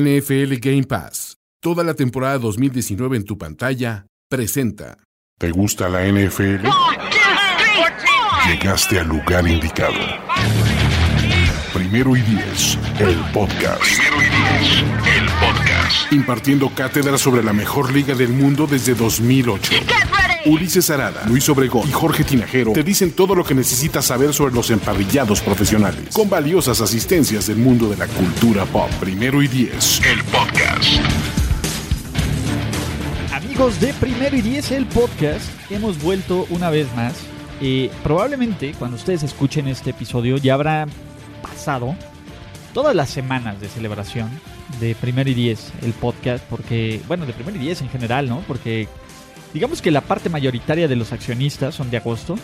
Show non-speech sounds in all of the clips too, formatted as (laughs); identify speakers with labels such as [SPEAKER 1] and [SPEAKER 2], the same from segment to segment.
[SPEAKER 1] NFL Game Pass, toda la temporada 2019 en tu pantalla, presenta.
[SPEAKER 2] ¿Te gusta la NFL? Llegaste al lugar indicado. Primero y diez, el podcast. Primero y diez, el podcast. Impartiendo cátedra sobre la mejor liga del mundo desde 2008. Ulises Arada, Luis Obregón y Jorge Tinajero te dicen todo lo que necesitas saber sobre los emparrillados profesionales, con valiosas asistencias del mundo de la cultura pop. Primero y diez, el podcast.
[SPEAKER 3] Amigos de Primero y Diez, el podcast, hemos vuelto una vez más. Eh, probablemente cuando ustedes escuchen este episodio ya habrá pasado todas las semanas de celebración de Primero y Diez, el podcast, porque, bueno, de Primero y Diez en general, ¿no? Porque digamos que la parte mayoritaria de los accionistas son de agosto,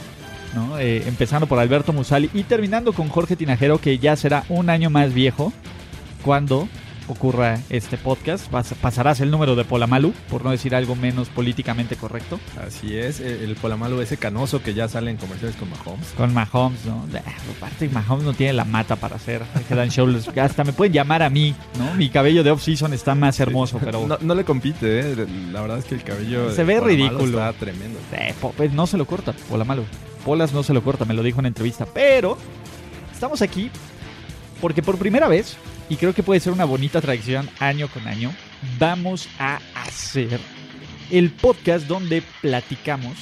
[SPEAKER 3] ¿no? Eh, empezando por Alberto Musali y terminando con Jorge Tinajero, que ya será un año más viejo cuando ocurra este podcast. Vas- pasarás el número de Polamalu, por no decir algo menos políticamente correcto,
[SPEAKER 4] Así es, el, el Polamalu ese canoso que ya sale en comerciales con Mahomes.
[SPEAKER 3] con Mahomes, ¿no? Bah, Aparte, Mahomes no tiene la mata para hacer head and shoulders. Hasta me pueden llamar a mí, ¿no? Mi cabello de off-season está más hermoso, pero...
[SPEAKER 4] No, no le compite, ¿eh? la verdad es que el cabello
[SPEAKER 3] Se
[SPEAKER 4] del
[SPEAKER 3] ve
[SPEAKER 4] Polamalu
[SPEAKER 3] ridículo.
[SPEAKER 4] Está tremendo.
[SPEAKER 3] Eh, po- pues no se lo corta, Polamalu. Polas no se lo corta, me lo dijo en entrevista. Pero estamos aquí porque por primera vez, y creo que puede ser una bonita tradición año con año, vamos a hacer el podcast donde platicamos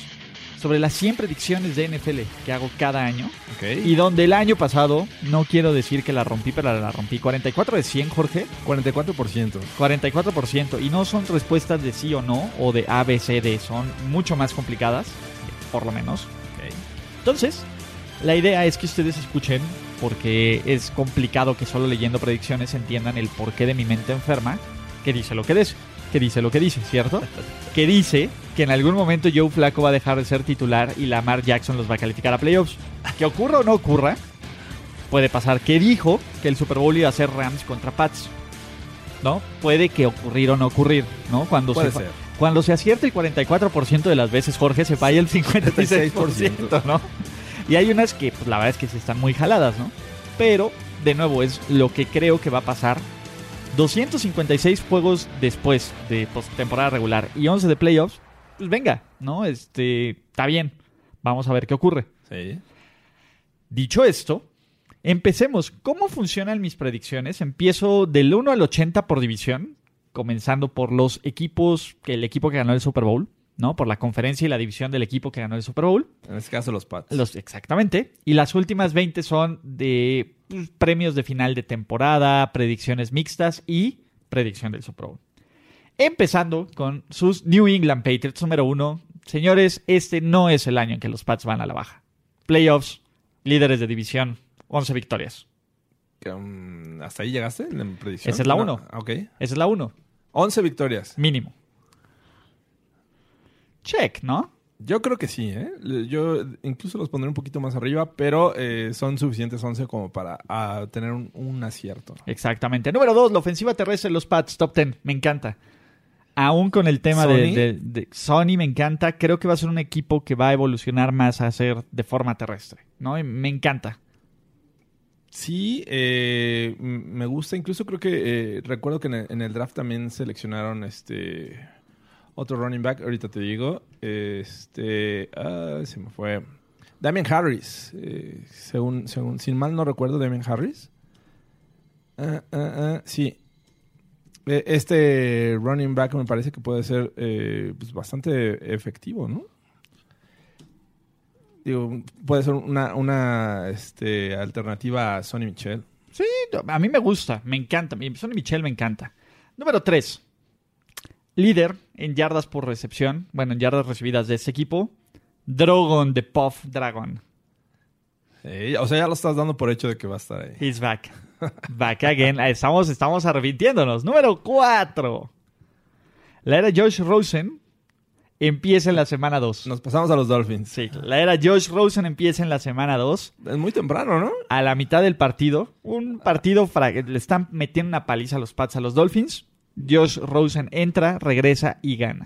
[SPEAKER 3] sobre las 100 predicciones de NFL que hago cada año.
[SPEAKER 4] Ok.
[SPEAKER 3] Y donde el año pasado, no quiero decir que la rompí, pero la rompí. 44 de 100, Jorge.
[SPEAKER 4] 44%.
[SPEAKER 3] 44%. Y no son respuestas de sí o no o de A, B, C, D. Son mucho más complicadas, por lo menos. Entonces, la idea es que ustedes escuchen, porque es complicado que solo leyendo predicciones entiendan el porqué de mi mente enferma, que dice lo que dice, que dice lo que dice,
[SPEAKER 4] (laughs)
[SPEAKER 3] ¿cierto? Que dice que en algún momento Joe Flaco va a dejar de ser titular y Lamar Jackson los va a calificar a playoffs. Que ocurra o no ocurra, puede pasar. Que dijo que el Super Bowl iba a ser Rams contra Pats. ¿No? Puede que ocurrir o no ocurrir, ¿no? Cuando
[SPEAKER 4] Puede
[SPEAKER 3] se fa-
[SPEAKER 4] ser.
[SPEAKER 3] cuando se acierta el 44% de las veces, Jorge, se falla el 56%,
[SPEAKER 4] 56%,
[SPEAKER 3] ¿no? Y hay unas que, pues, la verdad es que sí están muy jaladas, ¿no? Pero, de nuevo, es lo que creo que va a pasar. 256 juegos después de temporada regular y 11 de playoffs, pues venga, ¿no? Este, está bien. Vamos a ver qué ocurre.
[SPEAKER 4] Sí.
[SPEAKER 3] Dicho esto, empecemos. ¿Cómo funcionan mis predicciones? Empiezo del 1 al 80 por división, comenzando por los equipos, que el equipo que ganó el Super Bowl, ¿no? Por la conferencia y la división del equipo que ganó el Super Bowl.
[SPEAKER 4] En este caso los Pats.
[SPEAKER 3] Los, exactamente. Y las últimas 20 son de pues, premios de final de temporada, predicciones mixtas y predicción del Super Bowl. Empezando con sus New England Patriots número uno. Señores, este no es el año en que los Pats van a la baja. Playoffs, líderes de división, 11 victorias.
[SPEAKER 4] Que, um, ¿Hasta ahí llegaste en la predicción?
[SPEAKER 3] Esa es la
[SPEAKER 4] No,
[SPEAKER 3] uno.
[SPEAKER 4] Ok.
[SPEAKER 3] Esa es la uno,
[SPEAKER 4] 11 victorias.
[SPEAKER 3] mínimo. Check, ¿no?
[SPEAKER 4] Yo creo que sí, ¿eh? Le- Yo incluso los pondré un poquito más arriba, pero eh, son suficientes 11 como para ah, tener un, un acierto.
[SPEAKER 3] Exactamente. Número dos, la ofensiva terrestre de los Pats, top 10. Me encanta. Aún con el tema de,
[SPEAKER 4] ¿Sony?
[SPEAKER 3] de- de- Sony, me encanta. Creo que va a ser un equipo que va a evolucionar más a ser de forma terrestre. ¿no? Y me encanta.
[SPEAKER 4] Sí, eh, m- me gusta. Incluso creo que eh, recuerdo que en el, en el draft también seleccionaron este otro running back. Ahorita te digo. Este ah, se me fue. Damian Harris. eh, según, según, sin mal no recuerdo, Damian Harris. Ah, ah, ah, sí. Eh, Este running back me parece que puede ser eh, pues, bastante efectivo, ¿no? Digo, puede ser una, una este, alternativa a Sonny Michel.
[SPEAKER 3] A mí me gusta, me encanta. Mi- Sonny Michel me encanta. Número 3. Líder en yardas por recepción. Bueno, en yardas recibidas de este equipo. Drogon de Puff Dragon.
[SPEAKER 4] Eh, o sea, ya lo estás dando por hecho de que va a estar ahí.
[SPEAKER 3] He's back. Back again. (laughs) Estamos, estamos arrepintiéndonos. Número 4. La era Josh Rosen empieza en la semana 2.
[SPEAKER 4] Nos pasamos a los Dolphins.
[SPEAKER 3] Sí, la era Josh Rosen empieza en la semana 2.
[SPEAKER 4] Es muy temprano, ¿no?
[SPEAKER 3] A la mitad del partido. Un partido fra- le están metiendo una paliza a los Pats a los Dolphins. Josh Rosen entra, regresa y (laughs) gana.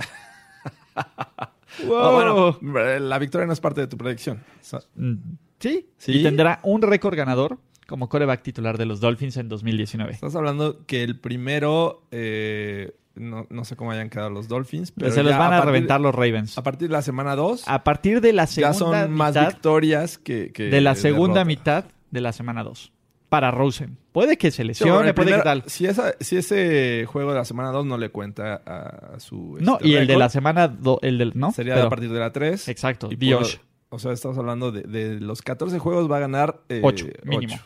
[SPEAKER 3] Wow.
[SPEAKER 4] Ah, bueno, eh, la victoria no es parte de tu predicción. O sea,
[SPEAKER 3] Mm, Sí,
[SPEAKER 4] Sí.
[SPEAKER 3] Y tendrá un récord ganador como coreback titular de los Dolphins en 2019.
[SPEAKER 4] Estás hablando que el primero, eh, no, no sé cómo hayan quedado los Dolphins, pero
[SPEAKER 3] Se los
[SPEAKER 4] ya
[SPEAKER 3] van a,
[SPEAKER 4] partir-
[SPEAKER 3] reventar los Ravens.
[SPEAKER 4] A
[SPEAKER 3] A,
[SPEAKER 4] partir de la semana 2,
[SPEAKER 3] partir de la
[SPEAKER 4] ya
[SPEAKER 3] segunda
[SPEAKER 4] son más
[SPEAKER 3] mitad
[SPEAKER 4] victorias que, que
[SPEAKER 3] de la segunda
[SPEAKER 4] derrotas.
[SPEAKER 3] mitad de la semana 2 para Rosen. Puede que se
[SPEAKER 4] Sí, bueno,
[SPEAKER 3] lesione,
[SPEAKER 4] el
[SPEAKER 3] puede que
[SPEAKER 4] primer-
[SPEAKER 3] tal.
[SPEAKER 4] Si, esa- si ese juego de la semana 2 no le cuenta a, a su.
[SPEAKER 3] No,
[SPEAKER 4] este,
[SPEAKER 3] y el de
[SPEAKER 4] récord,
[SPEAKER 3] la semana do- el del no,
[SPEAKER 4] Sería
[SPEAKER 3] Pero-
[SPEAKER 4] a partir de la 3.
[SPEAKER 3] exacto,
[SPEAKER 4] Y
[SPEAKER 3] Dios,
[SPEAKER 4] por- O sea, estamos hablando de, de los 14 juegos, va a ganar
[SPEAKER 3] 8
[SPEAKER 4] 8.
[SPEAKER 3] mínimo. Mm,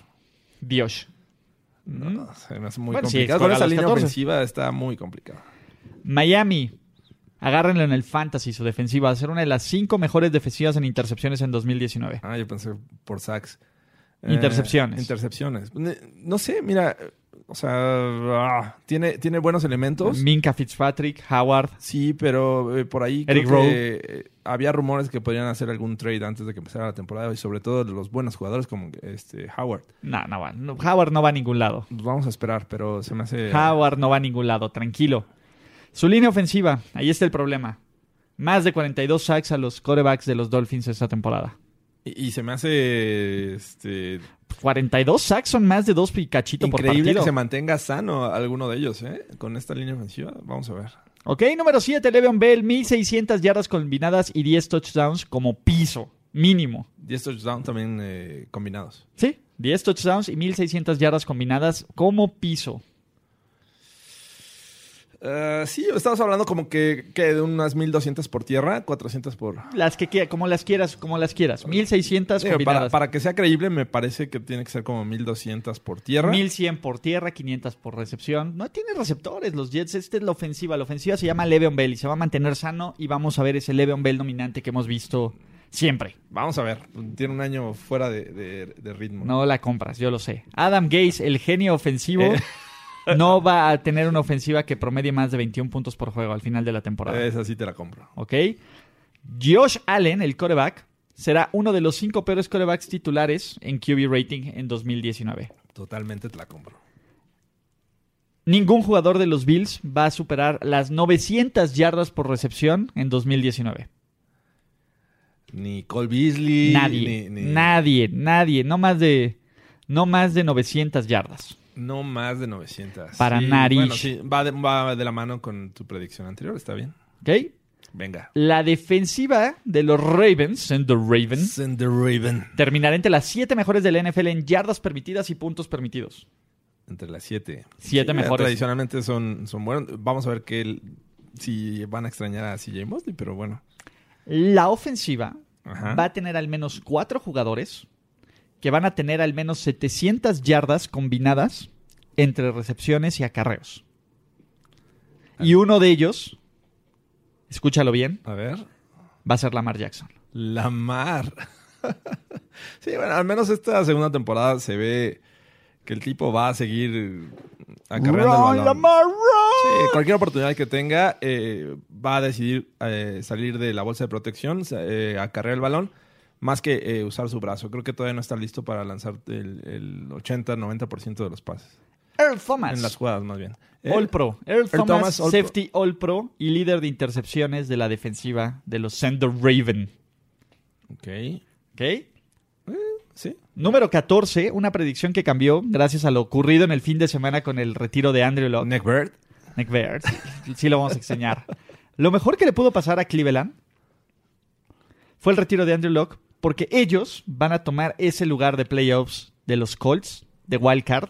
[SPEAKER 3] Dios.
[SPEAKER 4] eh, No, se me hace muy
[SPEAKER 3] Bueno, sí,
[SPEAKER 4] complicado. Con
[SPEAKER 3] juega
[SPEAKER 4] esa
[SPEAKER 3] los
[SPEAKER 4] línea
[SPEAKER 3] 14.
[SPEAKER 4] ofensiva está muy complicada.
[SPEAKER 3] Miami. Agárrenlo en el fantasy, su defensiva. Va a ser una de las cinco mejores defensivas en intercepciones en 2019.
[SPEAKER 4] Ah, yo pensé por sacks. Eh,
[SPEAKER 3] Intercepciones.
[SPEAKER 4] Intercepciones. Ne- No sé, mira, eh, o sea, ah, tiene, tiene buenos elementos.
[SPEAKER 3] Minka Fitzpatrick, Howard.
[SPEAKER 4] Sí, pero eh, por ahí
[SPEAKER 3] Eric
[SPEAKER 4] creo
[SPEAKER 3] Rowe.
[SPEAKER 4] que, eh, había rumores que podrían hacer algún trade antes de que empezara la temporada y sobre todo de los buenos jugadores como este Howard.
[SPEAKER 3] No, no va. No, Howard no va a ningún lado.
[SPEAKER 4] Pues Vamos a esperar, pero se me hace
[SPEAKER 3] Howard no va a ningún lado, tranquilo. Su línea ofensiva, ahí está el problema. Más de 42 sacks a los corebacks de los Dolphins esta temporada.
[SPEAKER 4] y, y se me hace este
[SPEAKER 3] 42 sacks son más de dos picachitos por
[SPEAKER 4] increíble que
[SPEAKER 3] partido.
[SPEAKER 4] se mantenga sano alguno de ellos, ¿eh? Con esta línea ofensiva, vamos a ver.
[SPEAKER 3] Ok, número 7, Le'Veon Bell, 1600 yardas combinadas y 10 touchdowns como piso, mínimo.
[SPEAKER 4] 10 touchdowns también eh, combinados.
[SPEAKER 3] Sí, 10 touchdowns y 1600 yardas combinadas como piso.
[SPEAKER 4] Eh, sí, estamos hablando como que, que de unas 1200 por tierra, 400 por...
[SPEAKER 3] Las que quie- como las quieras, como las quieras. 1600
[SPEAKER 4] Digo, para,
[SPEAKER 3] combinadas.
[SPEAKER 4] para que sea creíble, me parece que tiene que ser como 1200 por tierra.
[SPEAKER 3] 1100 por tierra, 500 por recepción. No tiene receptores los Jets. Esta es la ofensiva. La ofensiva se llama Le'Veon Bell y se va a mantener sano y vamos a ver ese Le'Veon Bell dominante que hemos visto siempre.
[SPEAKER 4] Vamos a ver. Tiene un año fuera de, de- de ritmo.
[SPEAKER 3] No la compras, yo lo sé. Adam Gaze, el genio ofensivo,
[SPEAKER 4] Eh.
[SPEAKER 3] no va a tener una ofensiva que promedie más de 21 puntos por juego al final de la temporada.
[SPEAKER 4] Esa sí te la compro.
[SPEAKER 3] ¿ok? Josh Allen, el coreback, será uno de los cinco peores corebacks titulares en QB rating en 2019.
[SPEAKER 4] Totalmente te la compro.
[SPEAKER 3] Ningún jugador de los Bills va a superar las 900 yardas por recepción en 2019.
[SPEAKER 4] Ni Cole Beasley.
[SPEAKER 3] nadie,
[SPEAKER 4] ni- ni-
[SPEAKER 3] nadie, nadie, no más de no más de 900 yardas.
[SPEAKER 4] No más de 900.
[SPEAKER 3] Para nariz.
[SPEAKER 4] bueno, sí, va, de, va de la mano con tu predicción anterior. Está bien.
[SPEAKER 3] ¿Ok?
[SPEAKER 4] Venga.
[SPEAKER 3] La defensiva de los Ravens, and the Ravens,
[SPEAKER 4] Send the Raven.
[SPEAKER 3] terminará entre las 7 mejores del NFL en yardas permitidas y puntos permitidos.
[SPEAKER 4] Entre las 7.
[SPEAKER 3] Siete mejores.
[SPEAKER 4] Tradicionalmente son, son buenos. Vamos a ver que el- si van a extrañar a CJ Mosley, pero bueno.
[SPEAKER 3] La ofensiva
[SPEAKER 4] Ajá.
[SPEAKER 3] va a tener al menos cuatro jugadores que van a tener al menos 700 yardas combinadas entre recepciones y acarreos.
[SPEAKER 4] Ah.
[SPEAKER 3] Y uno de ellos, escúchalo bien,
[SPEAKER 4] A ver.
[SPEAKER 3] va a ser Lamar Jackson.
[SPEAKER 4] La mar. (laughs) sí, bueno, al menos esta segunda temporada se ve que el tipo va a seguir acarreando el balón.
[SPEAKER 3] Lamar,
[SPEAKER 4] Sí,
[SPEAKER 3] run!
[SPEAKER 4] cualquier oportunidad que tenga eh, va a decidir eh, salir de la bolsa de protección, sa- eh, acarrear el balón, más que eh, usar su brazo. Creo que todavía no está listo para lanzar el, el 80-90% de los pases.
[SPEAKER 3] Earl Thomas.
[SPEAKER 4] En las jugadas, más bien. Eh,
[SPEAKER 3] All Pro. Earl
[SPEAKER 4] Earl
[SPEAKER 3] Thomas,
[SPEAKER 4] Thomas, All Pro.
[SPEAKER 3] safety All Pro y líder de intercepciones de la defensiva de los Sender Raven.
[SPEAKER 4] Ok.
[SPEAKER 3] ¿Ok?
[SPEAKER 4] Sí.
[SPEAKER 3] Número 14, una predicción que cambió gracias a lo ocurrido en el fin de semana con el retiro de Andrew Locke.
[SPEAKER 4] Nick Bird.
[SPEAKER 3] Nick Beard. Sí lo vamos a extrañar. Lo mejor que le pudo pasar a Cleveland fue el retiro de Andrew Locke, porque ellos van a tomar ese lugar de playoffs de los Colts, de Wild Card.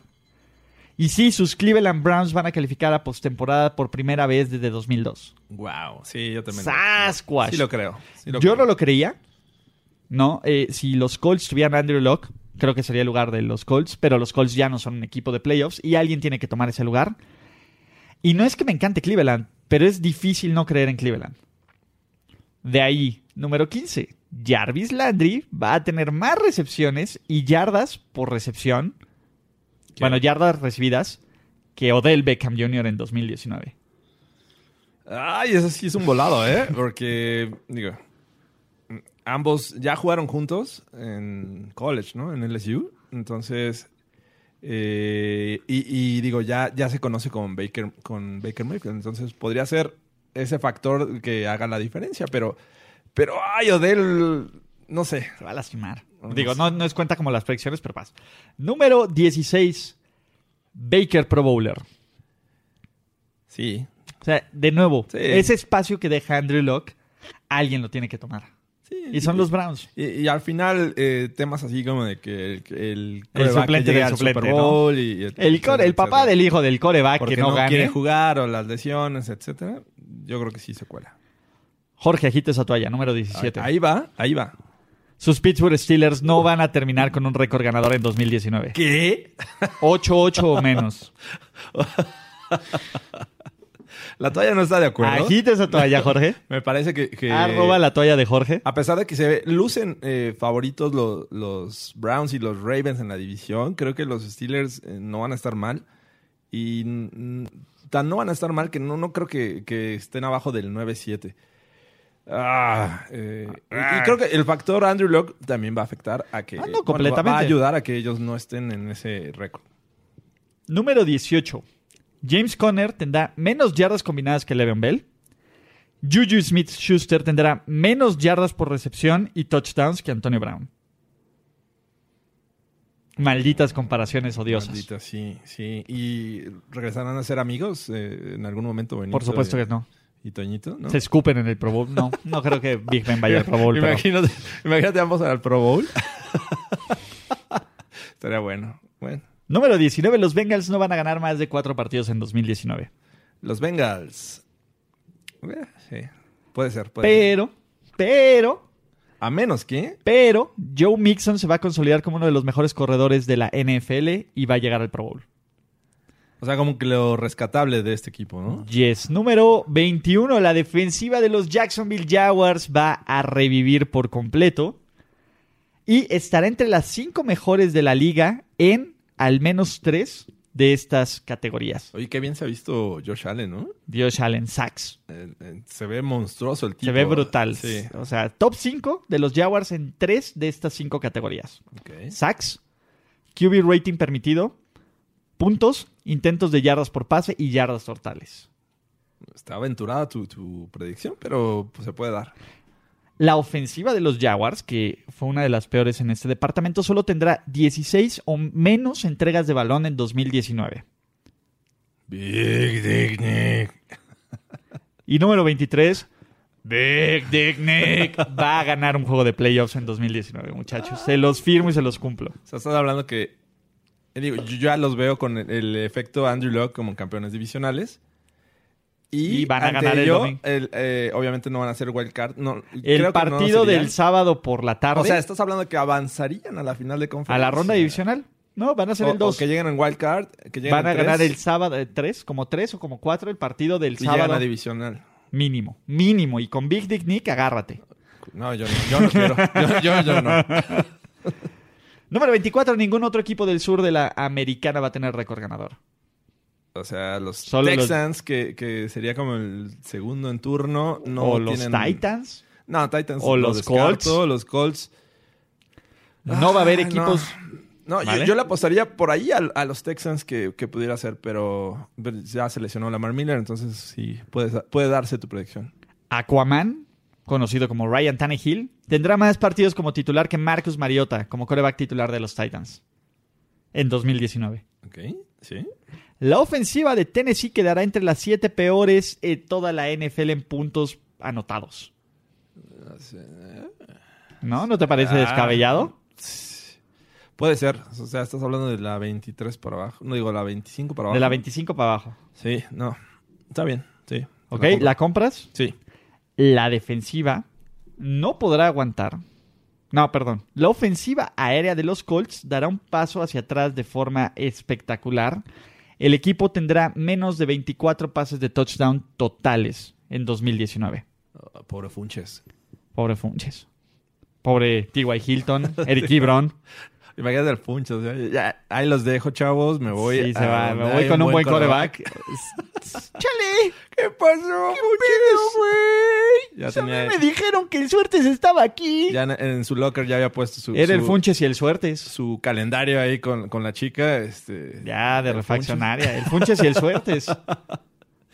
[SPEAKER 3] Y sí, sus Cleveland Browns van a calificar a postemporada por primera vez desde 2002.
[SPEAKER 4] Wow. Sí, yo también.
[SPEAKER 3] Sasquatch.
[SPEAKER 4] Sí lo creo. sí lo
[SPEAKER 3] Yo no
[SPEAKER 4] creo.
[SPEAKER 3] lo creía. No, eh, si los Colts tuvieran a Andrew Locke, creo que sería el lugar de los Colts, pero los Colts ya no son un equipo de playoffs y alguien tiene que tomar ese lugar. Y no es que me encante Cleveland, pero es difícil no creer en Cleveland. De ahí, número 15. Jarvis Landry va a tener más recepciones y yardas por recepción. Bueno, yardas recibidas que Odell Beckham Jr. en 2019.
[SPEAKER 4] Ay, eso sí es un volado, ¿eh? Porque, digo, ambos ya jugaron juntos en college, ¿no? En LSU. Entonces, eh, y, y digo, ya, ya se conoce con Baker, con Baker Mayfield. Entonces, podría ser ese factor que haga la diferencia, pero, pero, ay, Odell No sé.
[SPEAKER 3] Se va a lastimar.
[SPEAKER 4] No
[SPEAKER 3] Digo,
[SPEAKER 4] sé.
[SPEAKER 3] no, no es cuenta como las predicciones, pero pasa. Número 16, Baker Pro Bowler.
[SPEAKER 4] Sí.
[SPEAKER 3] O sea, de nuevo,
[SPEAKER 4] Sí.
[SPEAKER 3] ese espacio que deja Andrew Locke, alguien lo tiene que tomar.
[SPEAKER 4] Sí,
[SPEAKER 3] Y son los Browns.
[SPEAKER 4] Y, y al final, eh, temas así como de que el, que el, coreback
[SPEAKER 3] suplente
[SPEAKER 4] que llega
[SPEAKER 3] del
[SPEAKER 4] al
[SPEAKER 3] suplente,
[SPEAKER 4] Super Bowl y, y
[SPEAKER 3] El, core-
[SPEAKER 4] etcétera,
[SPEAKER 3] el papá
[SPEAKER 4] etcétera.
[SPEAKER 3] del hijo del coreback
[SPEAKER 4] Porque
[SPEAKER 3] que no,
[SPEAKER 4] no,
[SPEAKER 3] gane.
[SPEAKER 4] quiere jugar o las lesiones, etcétera. Yo creo que sí se cuela.
[SPEAKER 3] Jorge, agita esa toalla, número 17.
[SPEAKER 4] Ahí va, ahí va.
[SPEAKER 3] Sus Pittsburgh Steelers no van a terminar con un récord ganador en 2019.
[SPEAKER 4] ¿Qué?
[SPEAKER 3] 8-8 o menos.
[SPEAKER 4] La toalla no está de acuerdo.
[SPEAKER 3] Agita esa toalla, Jorge.
[SPEAKER 4] Me parece que, que-
[SPEAKER 3] Arroba la toalla de Jorge.
[SPEAKER 4] a pesar de que se ve- lucen eh, favoritos lo- los Browns y los Ravens en la división, creo que los Steelers eh, no van a estar mal. Y mm, tan no van a estar mal que no, no creo que, que estén abajo del 9-7. Ah, eh, y- y, creo que el factor Andrew Locke también va a afectar a que
[SPEAKER 3] Ah, no,
[SPEAKER 4] bueno, va- va a
[SPEAKER 3] completamente.
[SPEAKER 4] ayudar a que ellos no estén en ese récord.
[SPEAKER 3] Número 18. James Conner tendrá menos yardas combinadas que Le'Veon Bell. Juju Smith-Schuster tendrá menos yardas por recepción y touchdowns que Antonio Brown. Malditas comparaciones odiosas.
[SPEAKER 4] Maldita, sí, sí. ¿Y regresarán a ser amigos eh, en algún momento?
[SPEAKER 3] Por supuesto que no.
[SPEAKER 4] ¿Y Toñito? ¿no?
[SPEAKER 3] Se escupen en el Pro Bowl. No, no creo que Big Ben vaya al Pro
[SPEAKER 4] (laughs)
[SPEAKER 3] Bowl. pero-
[SPEAKER 4] imagínate, imagínate ambos al Pro Bowl. Estaría bueno. Bueno.
[SPEAKER 3] Número 19. Los Bengals no van a ganar más de cuatro partidos en 2019.
[SPEAKER 4] Los Bengals. Eh, Sí. Puede ser, puede ser.
[SPEAKER 3] Pero, pero,
[SPEAKER 4] A menos que.
[SPEAKER 3] Pero Joe Mixon se va a consolidar como uno de los mejores corredores de la NFL y va a llegar al Pro Bowl.
[SPEAKER 4] O sea, como que lo rescatable de este equipo, ¿no?
[SPEAKER 3] Yes, número 21. La defensiva de los Jacksonville Jaguars va a revivir por completo y estará entre las cinco mejores de la liga en al menos tres de estas categorías.
[SPEAKER 4] Oye, qué bien se ha visto Josh Allen, ¿no?
[SPEAKER 3] Dios Allen Sachs.
[SPEAKER 4] Eh, eh, se ve monstruoso el tipo.
[SPEAKER 3] Se
[SPEAKER 4] ¿eh?
[SPEAKER 3] ve brutal.
[SPEAKER 4] Sí.
[SPEAKER 3] O sea, top 5 de los Jaguars en tres de estas cinco categorías.
[SPEAKER 4] Ok.
[SPEAKER 3] sacks, QB rating permitido, puntos, intentos de yardas por pase y yardas totales.
[SPEAKER 4] Está aventurada tu, tu predicción, pero pues, se puede dar.
[SPEAKER 3] La ofensiva de los Jaguars, que fue una de las peores en este departamento, solo tendrá 16 o menos entregas de balón en 2019.
[SPEAKER 4] Big Dick Nick.
[SPEAKER 3] Y número 23, Big Dick
[SPEAKER 4] (laughs)
[SPEAKER 3] Nick va a ganar un juego de playoffs en 2019, muchachos. Se los firmo y se los cumplo.
[SPEAKER 4] O sea, estás hablando que. eh, digo, yo ya los veo con el, el efecto Andrew Locke como campeones divisionales. Y,
[SPEAKER 3] Y van a
[SPEAKER 4] ante
[SPEAKER 3] ganar el
[SPEAKER 4] ello,
[SPEAKER 3] domingo.
[SPEAKER 4] el, eh, obviamente no van a ser wild card. No,
[SPEAKER 3] El
[SPEAKER 4] creo que no
[SPEAKER 3] partido
[SPEAKER 4] serían.
[SPEAKER 3] del sábado por la tarde,
[SPEAKER 4] O sea, estás hablando que avanzarían a la final de
[SPEAKER 3] a
[SPEAKER 4] conferencia.
[SPEAKER 3] la ronda divisional. No, van a ser
[SPEAKER 4] O-
[SPEAKER 3] el
[SPEAKER 4] o
[SPEAKER 3] 2.
[SPEAKER 4] que lleguen en wild card. Que lleguen
[SPEAKER 3] Van a
[SPEAKER 4] en tres
[SPEAKER 3] ganar el sábado 3, como 3 o como 4 el partido del
[SPEAKER 4] y llegan a
[SPEAKER 3] sábado
[SPEAKER 4] divisional.
[SPEAKER 3] mínimo, mínimo. Y con Big Dick Nick, agárrate.
[SPEAKER 4] No, yo no, yo no quiero. (laughs) Yo, yo, yo no.
[SPEAKER 3] Número 24, ningún otro equipo del sur de la americana va a tener récord ganador.
[SPEAKER 4] O sea, los
[SPEAKER 3] Solo los-
[SPEAKER 4] Texans, Que, que sería como el segundo en turno, no
[SPEAKER 3] o los
[SPEAKER 4] tienen-
[SPEAKER 3] Titans.
[SPEAKER 4] No, Titans.
[SPEAKER 3] O
[SPEAKER 4] lo
[SPEAKER 3] los Colts.
[SPEAKER 4] descarto, Los Colts.
[SPEAKER 3] No va a haber
[SPEAKER 4] Ah,
[SPEAKER 3] equipos.
[SPEAKER 4] No, No, yo-
[SPEAKER 3] ¿Vale?
[SPEAKER 4] yo, le apostaría por ahí al- a, los Texans que, que pudiera ser, pero pero ya se lesionó Lamar Miller, entonces sí, puede, puede darse tu predicción.
[SPEAKER 3] Aquaman, conocido como Ryan Tannehill, tendrá más partidos como titular que Marcus Mariota, como coreback titular de los Titans. En 2019.
[SPEAKER 4] Ok, sí.
[SPEAKER 3] La ofensiva de Tennessee quedará entre las 7 peores en toda la NFL en puntos anotados. ¿No? ¿No te parece
[SPEAKER 4] Ah.
[SPEAKER 3] descabellado?
[SPEAKER 4] Puede ser. O sea, estás hablando de la 23 para abajo. No digo la 25 para abajo.
[SPEAKER 3] De la 25 para abajo.
[SPEAKER 4] Sí, no. Está bien, sí.
[SPEAKER 3] ¿Ok?
[SPEAKER 4] Tampoco.
[SPEAKER 3] ¿La compras?
[SPEAKER 4] Sí.
[SPEAKER 3] La defensiva no podrá aguantar. No, perdón. La ofensiva aérea de los Colts dará un paso hacia atrás de forma espectacular. El equipo tendrá menos de 24 pases de touchdown totales en 2019.
[SPEAKER 4] Ah, Pobre Funches.
[SPEAKER 3] Pobre Funches. Pobre T.Y.
[SPEAKER 4] (laughs)
[SPEAKER 3] Hilton, Eric Ebron.
[SPEAKER 4] Imagínate al Funches. o sea, ya, ahí los dejo, chavos. Me voy.
[SPEAKER 3] Sí, se
[SPEAKER 4] a
[SPEAKER 3] va.
[SPEAKER 4] donde
[SPEAKER 3] Me
[SPEAKER 4] hay
[SPEAKER 3] voy con un buen
[SPEAKER 4] quarterback. (laughs)
[SPEAKER 3] coreback. ¡Chale!
[SPEAKER 4] ¿Qué pasó, Funches? Ya tenía.
[SPEAKER 3] me dijeron que el Suertes estaba aquí.
[SPEAKER 4] Ya en, en su locker ya había puesto su,
[SPEAKER 3] Era el
[SPEAKER 4] su-
[SPEAKER 3] Funches y el Suertes.
[SPEAKER 4] su calendario ahí con, con la chica. Este,
[SPEAKER 3] Ya, de
[SPEAKER 4] El (laughs)
[SPEAKER 3] refaccionaria. El Funches y el Suertes.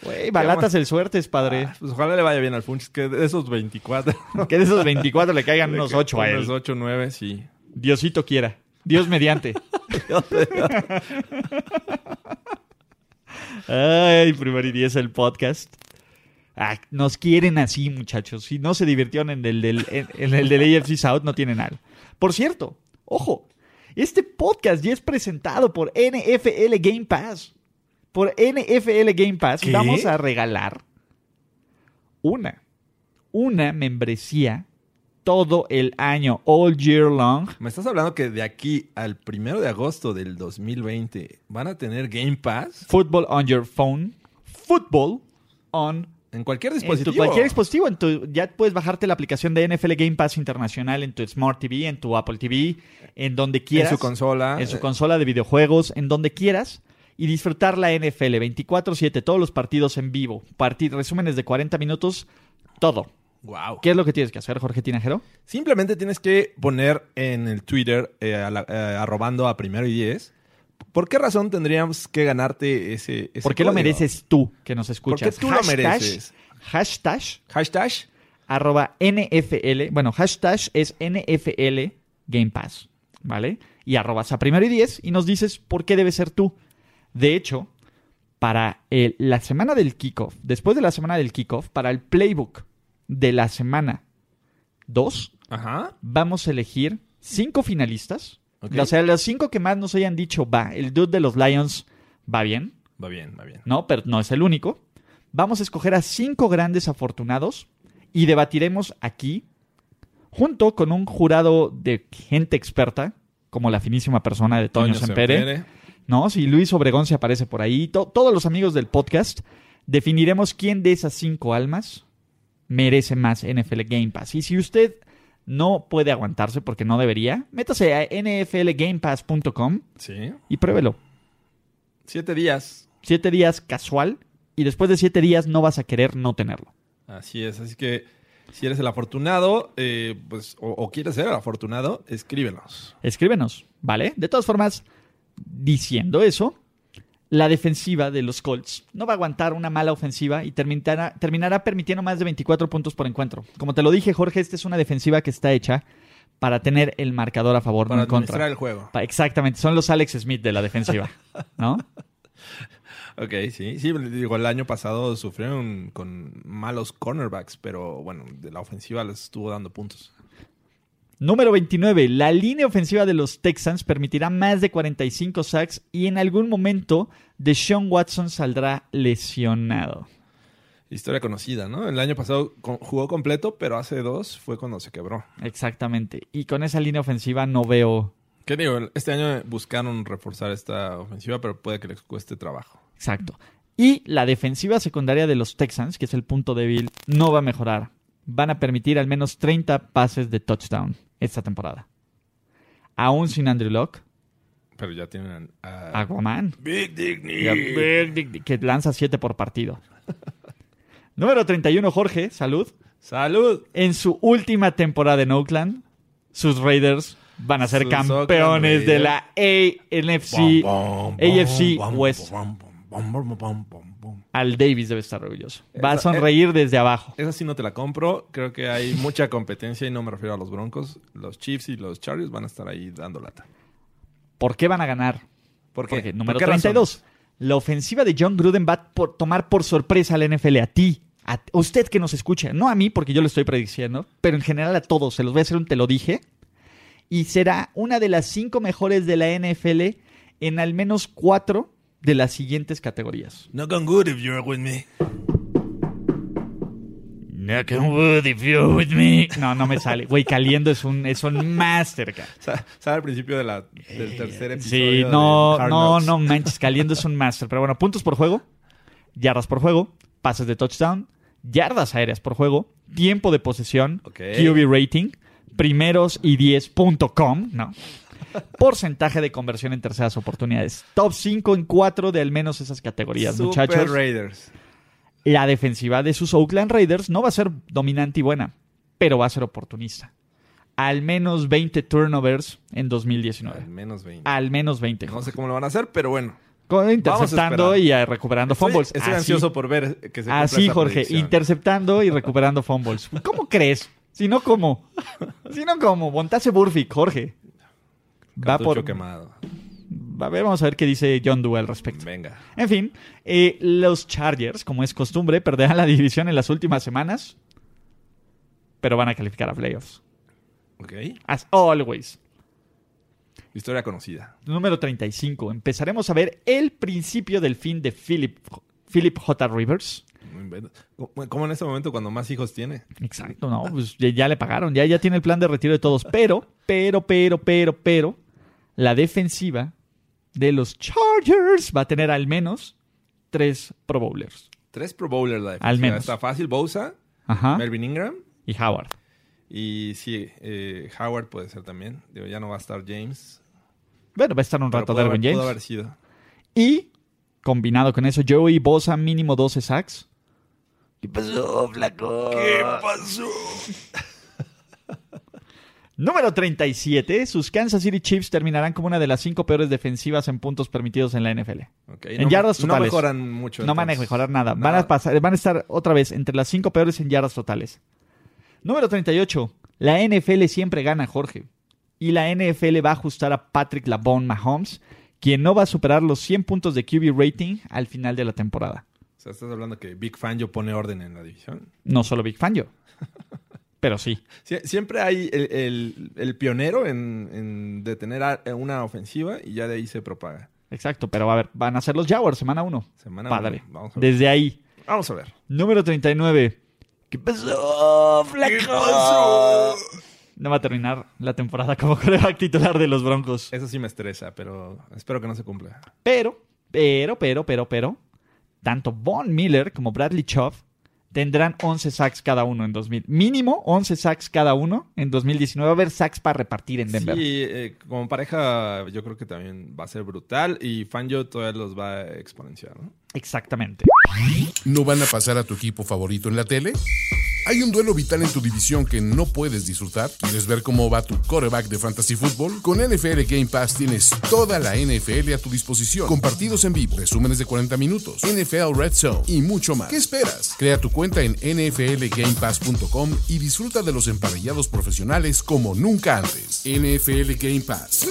[SPEAKER 3] Güey, balatas el suerte es padre.
[SPEAKER 4] Ah, pues ojalá le vaya bien al Funch, que de esos 24.
[SPEAKER 3] Que de esos 24 le
[SPEAKER 4] (laughs)
[SPEAKER 3] caigan
[SPEAKER 4] de
[SPEAKER 3] unos
[SPEAKER 4] que
[SPEAKER 3] 8 a
[SPEAKER 4] Unos
[SPEAKER 3] él.
[SPEAKER 4] 8, 9, sí.
[SPEAKER 3] Diosito quiera. Dios mediante. Ay, primer y diez el podcast. Ah, nos quieren así, muchachos. Si no se divirtieron en el del, en- en el del AFC South, no tienen algo. Por cierto, ojo, este podcast ya es presentado por NFL Game Pass. Por NFL Game Pass
[SPEAKER 4] ¿Qué?
[SPEAKER 3] vamos a regalar una, una membresía todo el año, all year long.
[SPEAKER 4] Me estás hablando que de aquí al primero de agosto del 2020 van a tener Game Pass
[SPEAKER 3] Football on your phone. Football on
[SPEAKER 4] en cualquier
[SPEAKER 3] en tu
[SPEAKER 4] dispositivo.
[SPEAKER 3] Eh, cualquier dispositivo. En tu- ya puedes bajarte la aplicación de NFL Game Pass Internacional en tu Smart TV, en tu Apple TV, en donde
[SPEAKER 4] en
[SPEAKER 3] quieras.
[SPEAKER 4] su consola.
[SPEAKER 3] En su
[SPEAKER 4] Eh,
[SPEAKER 3] consola de videojuegos, en donde quieras. Y disfrutar la NFL 24-7, todos los partidos en vivo. partid- resúmenes de 40 minutos, todo.
[SPEAKER 4] Wow.
[SPEAKER 3] ¿Qué es lo que tienes que hacer, Jorge Tinajero?
[SPEAKER 4] Simplemente tienes que poner en el Twitter eh, a la- eh, arrobando a primero y diez. ¿Por qué razón tendríamos que ganarte ese, ese
[SPEAKER 3] ¿Por qué lo
[SPEAKER 4] código?
[SPEAKER 3] mereces tú que nos escuchas?
[SPEAKER 4] Porque tú lo mereces.
[SPEAKER 3] Hashtag
[SPEAKER 4] Hashtag
[SPEAKER 3] arroba NFL. Bueno, hashtag es NFL Game Pass, ¿vale? Y arrobas a primero y diez y nos dices por qué debe ser tú. De hecho, para el- la semana del kickoff, después de la semana del kickoff, para el playbook de la semana 2,
[SPEAKER 4] Ajá.
[SPEAKER 3] vamos a elegir cinco finalistas.
[SPEAKER 4] Ok.
[SPEAKER 3] O sea, los cinco que más nos hayan dicho, va, el dude de los Lions va bien.
[SPEAKER 4] Va bien, va bien.
[SPEAKER 3] No, pero no es el único. Vamos a escoger a cinco grandes afortunados y debatiremos aquí, junto con un jurado de gente experta, como la finísima persona de Toño, Sempere. ¿no? Si Luis Obregón se aparece por ahí, to- todos los amigos del podcast, definiremos quién de esas cinco almas merece más NFL Game Pass. Y si usted no puede aguantarse porque no debería, métase a nflgamepass.com
[SPEAKER 4] Sí.
[SPEAKER 3] y pruébelo.
[SPEAKER 4] Siete días.
[SPEAKER 3] siete días casual y después de siete días no vas a querer no tenerlo.
[SPEAKER 4] Así es. Así que si eres el afortunado, eh, pues, o, o quieres ser el afortunado, escríbenos.
[SPEAKER 3] Escríbenos, ¿vale? De todas formas, diciendo eso, la defensiva de los Colts no va a aguantar una mala ofensiva y terminará, terminará permitiendo más de 24 puntos por encuentro. Como te lo dije, Jorge, esta es una defensiva que está hecha para tener el marcador a favor,
[SPEAKER 4] Para
[SPEAKER 3] no en contra.
[SPEAKER 4] administrar el juego.
[SPEAKER 3] Pa- Exactamente, son los Alex Smith de la defensiva,
[SPEAKER 4] (laughs)
[SPEAKER 3] ¿no?
[SPEAKER 4] Ok, sí. Sí, digo, el año pasado sufrieron con malos cornerbacks, pero bueno, de la ofensiva les estuvo dando puntos.
[SPEAKER 3] Número 29. La línea ofensiva de los Texans permitirá más de 45 sacks y en algún momento Deshaun Watson saldrá lesionado.
[SPEAKER 4] Historia conocida, ¿no? El año pasado co- jugó completo, pero hace dos fue cuando se quebró.
[SPEAKER 3] Exactamente. Y con esa línea ofensiva no veo.
[SPEAKER 4] ¿Qué digo? Este año buscaron reforzar esta ofensiva, pero puede que les cueste trabajo.
[SPEAKER 3] Exacto. Y la defensiva secundaria de los Texans, que es el punto débil, no va a mejorar. Van a permitir al menos 30 pases de touchdown esta temporada. Aún sin Andrew Locke,
[SPEAKER 4] Pero ya tienen a...
[SPEAKER 3] Aquaman.
[SPEAKER 4] Big Digny.
[SPEAKER 3] que lanza 7 por partido. Número 31, Jorge, salud.
[SPEAKER 4] ¡Salud!
[SPEAKER 3] En su última temporada en Oakland, sus Raiders van a ser
[SPEAKER 4] Sus
[SPEAKER 3] campeones
[SPEAKER 4] Oakland
[SPEAKER 3] de la AFC. AFC West. Al Davis debe estar orgulloso. Va a
[SPEAKER 4] Esa-
[SPEAKER 3] sonreír desde abajo.
[SPEAKER 4] Esa sí no te la compro. Creo que hay mucha competencia y no me refiero a los Broncos. Los Chiefs y los Chargers van a estar ahí dando lata.
[SPEAKER 3] ¿Por qué van a ganar?
[SPEAKER 4] ¿Por
[SPEAKER 3] Porque número
[SPEAKER 4] qué
[SPEAKER 3] 32.
[SPEAKER 4] razones?
[SPEAKER 3] La ofensiva de John Gruden va a por tomar por sorpresa al NFL, a ti, a a usted que nos escucha. No a mí, porque yo lo estoy prediciendo, pero en general a todos. Se los voy a hacer un te lo dije. Y será una de las cinco mejores de la NFL en al menos cuatro de las siguientes categorías.
[SPEAKER 4] Not gone good if you're with me.
[SPEAKER 3] No, no me sale. Güey, Caliendo es un, es un (laughs) mastercard.
[SPEAKER 4] Sa- Sale al principio de la, del tercer episodio.
[SPEAKER 3] Sí,
[SPEAKER 4] de
[SPEAKER 3] no,
[SPEAKER 4] Hard
[SPEAKER 3] no,
[SPEAKER 4] Knocks.
[SPEAKER 3] no manches. Caliendo es un máster. Pero bueno, puntos por juego, yardas por juego, pases de touchdown, yardas aéreas por juego, tiempo de posesión,
[SPEAKER 4] Ok.
[SPEAKER 3] QB rating, primeros y 10.com, ¿no? Porcentaje de conversión en terceras oportunidades. Top 5 en 4 de al menos esas categorías,
[SPEAKER 4] Super
[SPEAKER 3] muchachos.
[SPEAKER 4] Raiders.
[SPEAKER 3] La defensiva de sus Oakland Raiders no va a ser dominante y buena, pero va a ser oportunista. Al menos 20 turnovers en
[SPEAKER 4] Al
[SPEAKER 3] 2019.
[SPEAKER 4] menos 20.
[SPEAKER 3] Al menos 20.
[SPEAKER 4] No sé cómo lo van a hacer, pero bueno.
[SPEAKER 3] Con-
[SPEAKER 4] esperar.
[SPEAKER 3] Interceptando y eh, recuperando
[SPEAKER 4] Estoy-
[SPEAKER 3] fumbles.
[SPEAKER 4] Estoy,
[SPEAKER 3] Así-
[SPEAKER 4] ansioso por ver que se cumpla
[SPEAKER 3] Así,
[SPEAKER 4] esa
[SPEAKER 3] Jorge,
[SPEAKER 4] predicción.
[SPEAKER 3] interceptando y recuperando fumbles. ¿Cómo crees? Si no, ¿cómo? Si no, ¿cómo? Montase Burfict, Jorge. Va
[SPEAKER 4] Cartucho
[SPEAKER 3] por.
[SPEAKER 4] quemado.
[SPEAKER 3] A ver, vamos a ver qué dice John Dewey al respecto.
[SPEAKER 4] Venga.
[SPEAKER 3] En fin, eh, los Chargers, como es costumbre, perderán la división en las últimas semanas, pero van a calificar a playoffs.
[SPEAKER 4] Ok.
[SPEAKER 3] As always.
[SPEAKER 4] Historia conocida.
[SPEAKER 3] Número 35. Empezaremos a ver el principio del fin de Philip, Philip J. Rivers.
[SPEAKER 4] No invento. Como- Como en este momento cuando más hijos tiene.
[SPEAKER 3] Exacto, no, pues ya, ya le pagaron, ya, ya tiene el plan de retiro de todos. Pero, pero, pero, pero, pero, la defensiva de los Chargers va a tener al menos tres Pro Bowlers.
[SPEAKER 4] Tres Pro Bowlers la defensiva.
[SPEAKER 3] Al menos. Ah.
[SPEAKER 4] Está fácil. Bosa,
[SPEAKER 3] Ajá.
[SPEAKER 4] Melvin Ingram
[SPEAKER 3] Y Howard.
[SPEAKER 4] y sí, eh, Howard puede ser también. Digo, ya no va a estar James.
[SPEAKER 3] Bueno, va a estar un
[SPEAKER 4] pero
[SPEAKER 3] rato
[SPEAKER 4] pudo haber-
[SPEAKER 3] Derwin James.
[SPEAKER 4] Pudo haber sido.
[SPEAKER 3] Y, combinado con eso, Joey Bosa mínimo 12 sacks. ¿Qué pasó, flaco?
[SPEAKER 4] ¿Qué pasó?
[SPEAKER 3] (laughs) Número 37. Sus Kansas City Chiefs terminarán como una de las cinco peores defensivas en puntos permitidos en la NFL. En
[SPEAKER 4] no,
[SPEAKER 3] yardas
[SPEAKER 4] no
[SPEAKER 3] totales.
[SPEAKER 4] mejoran mucho.
[SPEAKER 3] No van a
[SPEAKER 4] entonces.
[SPEAKER 3] mejorar nada. Van
[SPEAKER 4] Nada.
[SPEAKER 3] a, pasar, van a estar otra vez entre las cinco peores en yardas totales. Número 38. La NFL siempre gana, Jorge. Y la NFL va a ajustar a Patrick Labon Mahomes, quien no va a superar los 100 puntos de QB rating al final de la temporada.
[SPEAKER 4] O sea, estás hablando que Big Fangio pone orden en la división.
[SPEAKER 3] No solo Big Fan
[SPEAKER 4] (laughs)
[SPEAKER 3] yo. Pero sí.
[SPEAKER 4] Sie- siempre hay el, el- el pionero en, en detener a- una ofensiva y ya de ahí se propaga.
[SPEAKER 3] Exacto, pero a ver, van a ser los Jaguars semana 1.
[SPEAKER 4] Semana
[SPEAKER 3] Padre.
[SPEAKER 4] uno. Vamos a ver.
[SPEAKER 3] Desde ahí.
[SPEAKER 4] Vamos a ver.
[SPEAKER 3] Número 39. ¿Qué pasó, flaco? No va a terminar la temporada como (laughs) coreback titular de los Broncos.
[SPEAKER 4] Eso sí me estresa, pero espero que no se cumpla.
[SPEAKER 3] Pero, pero, pero, pero, pero, tanto Von Miller como Bradley Chubb tendrán 11 sacks cada uno en 2000. Mínimo 11 sacks cada uno en 2019. Va a haber sacks para repartir en Denver.
[SPEAKER 4] Sí, eh, como pareja yo creo que también va a ser brutal y Fangio todavía los va a exponenciar, ¿no?
[SPEAKER 3] Exactamente.
[SPEAKER 5] ¿No van a pasar a tu equipo favorito en la tele? ¿Hay un duelo vital en tu división que no puedes disfrutar? ¿Quieres ver cómo va tu coreback de fantasy fútbol? Con NFL Game Pass tienes toda la NFL a tu disposición, con partidos en vivo, resúmenes de 40 minutos, NFL Red Zone y mucho más. ¿Qué esperas? Crea tu cuenta en nflgamepass.com y disfruta de los emparrillados profesionales como nunca antes. NFL Game Pass.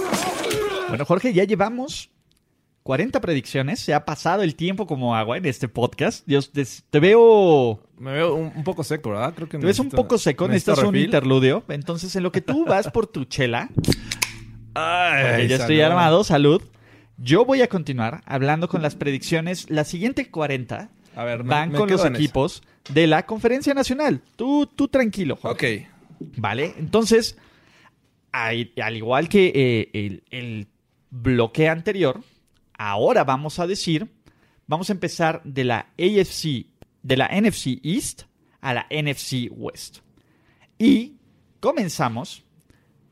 [SPEAKER 3] Bueno, Jorge, ya llevamos 40 predicciones. Se ha pasado el tiempo como agua en este podcast. Dios, des- te veo.
[SPEAKER 4] Me veo un, un poco seco, ¿verdad? Creo que
[SPEAKER 3] Te ves un
[SPEAKER 4] necesito-
[SPEAKER 3] poco seco, necesitas
[SPEAKER 4] necesito
[SPEAKER 3] un
[SPEAKER 4] refill.
[SPEAKER 3] interludio. Entonces, en lo que tú vas por tu
[SPEAKER 4] (laughs)
[SPEAKER 3] chela,
[SPEAKER 4] Ay,
[SPEAKER 3] porque ya estoy
[SPEAKER 4] salud.
[SPEAKER 3] armado, salud. Yo voy a continuar hablando con las predicciones. La siguiente 40
[SPEAKER 4] A ver, me-
[SPEAKER 3] van
[SPEAKER 4] me
[SPEAKER 3] con
[SPEAKER 4] quedo
[SPEAKER 3] los
[SPEAKER 4] en eso.
[SPEAKER 3] equipos de la Conferencia Nacional. Tú, tú tranquilo, Jorge.
[SPEAKER 4] Ok.
[SPEAKER 3] ¿Vale? Entonces, al al igual que eh, el, el bloque anterior, ahora vamos a decir, vamos a empezar de la AFC, de la NFC East a la NFC West. Y comenzamos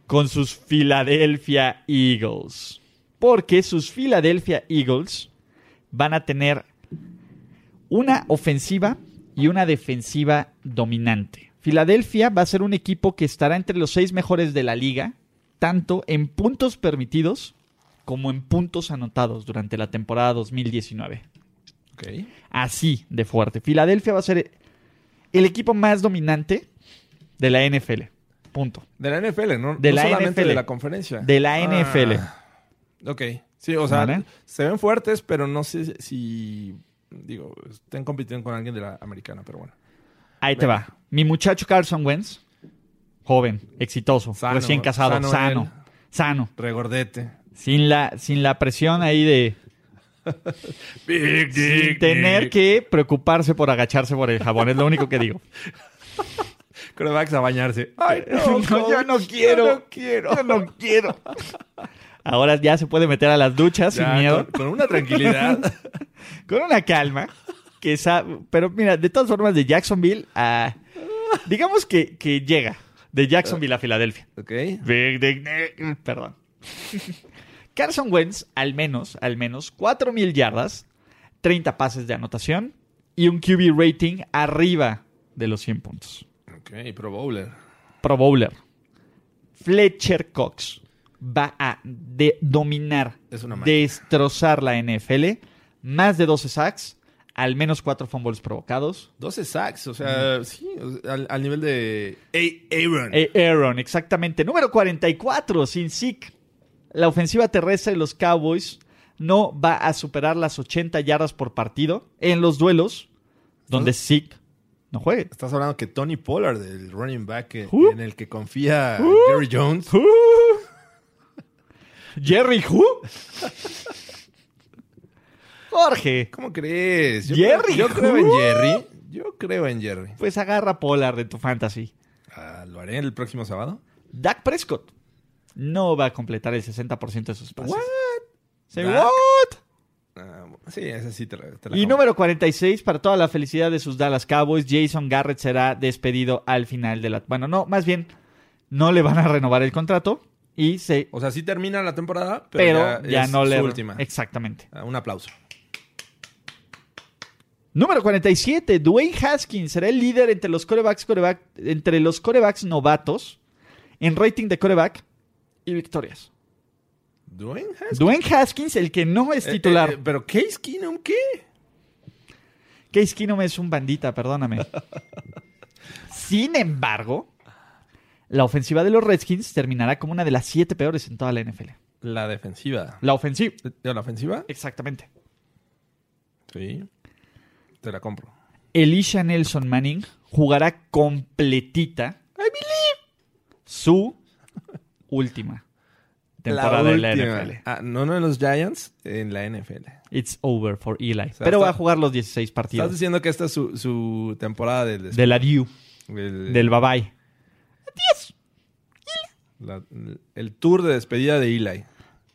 [SPEAKER 3] con sus Philadelphia Eagles. Porque sus Philadelphia Eagles van a tener una ofensiva y una defensiva dominante. Filadelfia va a ser un equipo que estará entre los seis mejores de la liga, tanto en puntos permitidos como en puntos anotados durante la temporada 2019.
[SPEAKER 4] Ok.
[SPEAKER 3] Así de fuerte. Filadelfia va a ser el equipo más dominante de la NFL. Punto.
[SPEAKER 4] De la NFL, ¿no?
[SPEAKER 3] De
[SPEAKER 4] No
[SPEAKER 3] la
[SPEAKER 4] solamente
[SPEAKER 3] NFL.
[SPEAKER 4] de la conferencia. Ah,
[SPEAKER 3] De la NFL.
[SPEAKER 4] Ok. Sí, o sea,
[SPEAKER 3] Vale.
[SPEAKER 4] se ven fuertes, pero no sé si... Digo, estén compitiendo con alguien de la americana, pero bueno.
[SPEAKER 3] Ahí te va. Mi muchacho Carson Wentz, joven, exitoso,
[SPEAKER 4] Sano,
[SPEAKER 3] recién casado,
[SPEAKER 4] sano
[SPEAKER 3] sano,
[SPEAKER 4] él.
[SPEAKER 3] sano,
[SPEAKER 4] Regordete.
[SPEAKER 3] sin la, sin la presión ahí de
[SPEAKER 4] (laughs) Big
[SPEAKER 3] sin tener que preocuparse por agacharse por el jabón. Es lo único que digo.
[SPEAKER 4] Corebacks a bañarse.
[SPEAKER 3] (laughs)
[SPEAKER 4] Ay,
[SPEAKER 3] No, yo no quiero.
[SPEAKER 4] Yo no quiero.
[SPEAKER 3] Yo no quiero. Ahora ya se puede meter a las duchas
[SPEAKER 4] Ya,
[SPEAKER 3] sin miedo,
[SPEAKER 4] Con, con una tranquilidad.
[SPEAKER 3] (laughs) con una calma. Que sa- Pero mira, de todas formas, de Jacksonville a. Digamos que, que llega de Jacksonville a Filadelfia.
[SPEAKER 4] ok.
[SPEAKER 3] Big Dick Nick.
[SPEAKER 4] (laughs)
[SPEAKER 3] Perdón. Carson Wentz, al menos, al menos, 4.000 yardas, 30 pases de anotación y un QB rating arriba de los 100 puntos.
[SPEAKER 4] Ok, Pro Bowler.
[SPEAKER 3] Pro Bowler. Fletcher Cox, va a de- dominar,
[SPEAKER 4] Es una máquina.
[SPEAKER 3] destrozar la NFL. Más de 12 sacks, al menos 4 fumbles provocados.
[SPEAKER 4] 12 sacks, o sea, sí, o sea, al, al nivel de A- Aaron.
[SPEAKER 3] Eh, Aaron, exactamente. Número 44, sin sick. La ofensiva terrestre de los Cowboys no va a superar las 80 yardas por partido en los duelos donde Sick no juegue.
[SPEAKER 4] (laughs) Estás hablando que Tony Pollard, el running back que-
[SPEAKER 3] Uh.
[SPEAKER 4] en el que confía Gary Jones,
[SPEAKER 3] Jerry Who? Jorge,
[SPEAKER 4] ¿cómo crees? Yo
[SPEAKER 3] Jerry,
[SPEAKER 4] creo- yo creo en
[SPEAKER 3] uh.
[SPEAKER 4] Jerry. Yo creo en Jerry.
[SPEAKER 3] pues agarra a Pollard de tu fantasy.
[SPEAKER 4] Ah, ¿Lo haré el próximo sábado?
[SPEAKER 3] Dak Prescott no va a completar el 60% de sus pases.
[SPEAKER 4] What?
[SPEAKER 3] Say
[SPEAKER 4] Dak.
[SPEAKER 3] what?
[SPEAKER 4] Ah, sí, ese sí te, la- te la
[SPEAKER 3] Y
[SPEAKER 4] compro.
[SPEAKER 3] número 46, para toda la felicidad de sus Dallas Cowboys, Jason Garrett será despedido al final de la... Bueno, no, más bien, no le van a renovar el contrato y se...
[SPEAKER 4] O sea, sí termina la temporada,
[SPEAKER 3] Pero,
[SPEAKER 4] pero,
[SPEAKER 3] ya, no
[SPEAKER 4] es
[SPEAKER 3] le...
[SPEAKER 4] su última.
[SPEAKER 3] Exactamente.
[SPEAKER 4] Ah, Un aplauso.
[SPEAKER 3] Número 47, Dwayne Haskins será el líder entre los corebacks, coreback- entre los corebacks novatos en rating de coreback y victorias.
[SPEAKER 4] Dwayne Haskins.
[SPEAKER 3] Dwayne Haskins, el que no es
[SPEAKER 4] Eh,
[SPEAKER 3] titular.
[SPEAKER 4] eh, eh, pero Case Keenum, ¿qué?
[SPEAKER 3] Case Keenum es un bandita, perdóname. Sin embargo, la ofensiva de los Redskins terminará como una de las siete peores en toda la NFL.
[SPEAKER 4] La defensiva.
[SPEAKER 3] La ofensiva.
[SPEAKER 4] ¿De la ofensiva?
[SPEAKER 3] Exactamente.
[SPEAKER 4] Sí. Te la compro.
[SPEAKER 3] Elisha Nelson Manning jugará completita su última temporada
[SPEAKER 4] la
[SPEAKER 3] en la
[SPEAKER 4] última.
[SPEAKER 3] NFL.
[SPEAKER 4] Ah, no, no en los Giants, en la NFL.
[SPEAKER 3] It's over for Eli.
[SPEAKER 4] sea,
[SPEAKER 3] Pero va
[SPEAKER 4] está-
[SPEAKER 3] a jugar los 16
[SPEAKER 4] Estás
[SPEAKER 3] partidos
[SPEAKER 4] diciendo que esta es su, su temporada del...
[SPEAKER 3] de la DIU,
[SPEAKER 4] el,
[SPEAKER 3] del Babay.
[SPEAKER 4] la- el tour de despedida de Eli.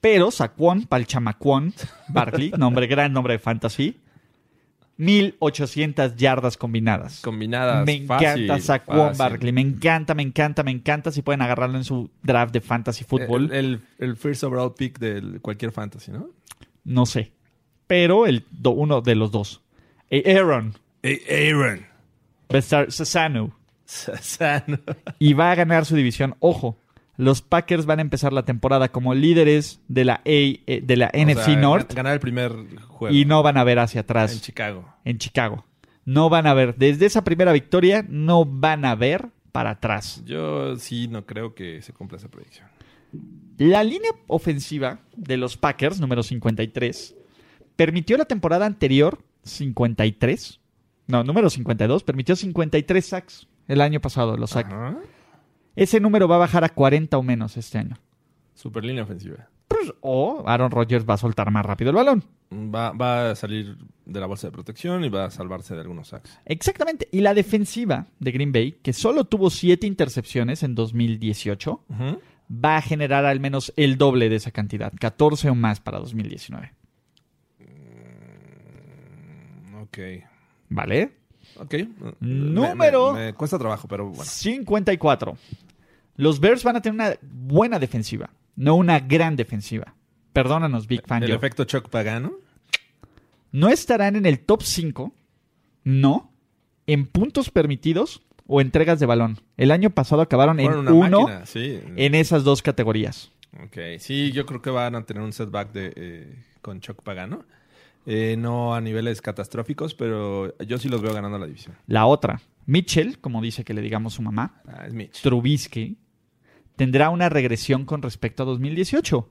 [SPEAKER 3] Pero Saquon Palchamacuón
[SPEAKER 4] (laughs)
[SPEAKER 3] Barkley, nombre, gran nombre de fantasy, 1800 yardas combinadas.
[SPEAKER 4] Combinadas.
[SPEAKER 3] me
[SPEAKER 4] fácil,
[SPEAKER 3] encanta Saquon
[SPEAKER 4] fácil.
[SPEAKER 3] Barkley, me encanta, me encanta, me encanta. Si pueden agarrarlo en su draft de fantasy fútbol,
[SPEAKER 4] El, el, el first overall pick de cualquier fantasy, ¿no?
[SPEAKER 3] no sé. Pero el do- uno de los dos. Eh, Aaron
[SPEAKER 4] (laughs) Aaron.
[SPEAKER 3] va a estar Susano (laughs)
[SPEAKER 4] Sasano.
[SPEAKER 3] y va a ganar su división. Ojo, los Packers van a empezar la temporada como líderes de la, A- eh, de la
[SPEAKER 4] O
[SPEAKER 3] NFC
[SPEAKER 4] sea,
[SPEAKER 3] North
[SPEAKER 4] Ganar el primer juego.
[SPEAKER 3] y no van a ver hacia atrás.
[SPEAKER 4] En Chicago.
[SPEAKER 3] en Chicago. No van a ver, desde esa primera victoria, no van a ver para atrás.
[SPEAKER 4] Yo sí no creo que se cumpla esa predicción.
[SPEAKER 3] La línea ofensiva de los Packers, número 53, permitió la temporada anterior 53, no, número 52, permitió 53 sacks el año pasado, los sacks.
[SPEAKER 4] Ajá.
[SPEAKER 3] Ese número va a bajar a 40 o menos este año.
[SPEAKER 4] Super línea ofensiva.
[SPEAKER 3] Pues, O Aaron Rodgers va a soltar más rápido el balón.
[SPEAKER 4] Va, va a salir de la bolsa de protección y va a salvarse de algunos sacks.
[SPEAKER 3] Exactamente. Y la defensiva de Green Bay, que solo tuvo 7 intercepciones en 2018,
[SPEAKER 4] Ujú.
[SPEAKER 3] va a generar al menos el doble de esa cantidad, 14 o más para 2019.
[SPEAKER 4] Ok.
[SPEAKER 3] ¿Vale?
[SPEAKER 4] Ok. Me-
[SPEAKER 3] Número-
[SPEAKER 4] Me, me cuesta trabajo, pero bueno.
[SPEAKER 3] 54. Los Bears van a tener una buena defensiva, no una gran defensiva. Perdónanos, Big Fan.
[SPEAKER 4] El
[SPEAKER 3] Joe.
[SPEAKER 4] efecto Chuck Pagano.
[SPEAKER 3] No estarán en el top 5, no, en puntos permitidos o entregas de balón. El año pasado acabaron en
[SPEAKER 4] Fueron una
[SPEAKER 3] uno
[SPEAKER 4] máquina, sí.
[SPEAKER 3] en esas dos categorías.
[SPEAKER 4] Ok. Sí, yo creo que van a tener un setback de, eh, con Chuck Pagano. Eh, no a niveles catastróficos, pero yo sí los veo ganando la división.
[SPEAKER 3] La otra, Mitchell, como dice que le digamos su mamá,
[SPEAKER 4] Ah, es Mitch.
[SPEAKER 3] Trubisky tendrá una regresión con respecto a 2018.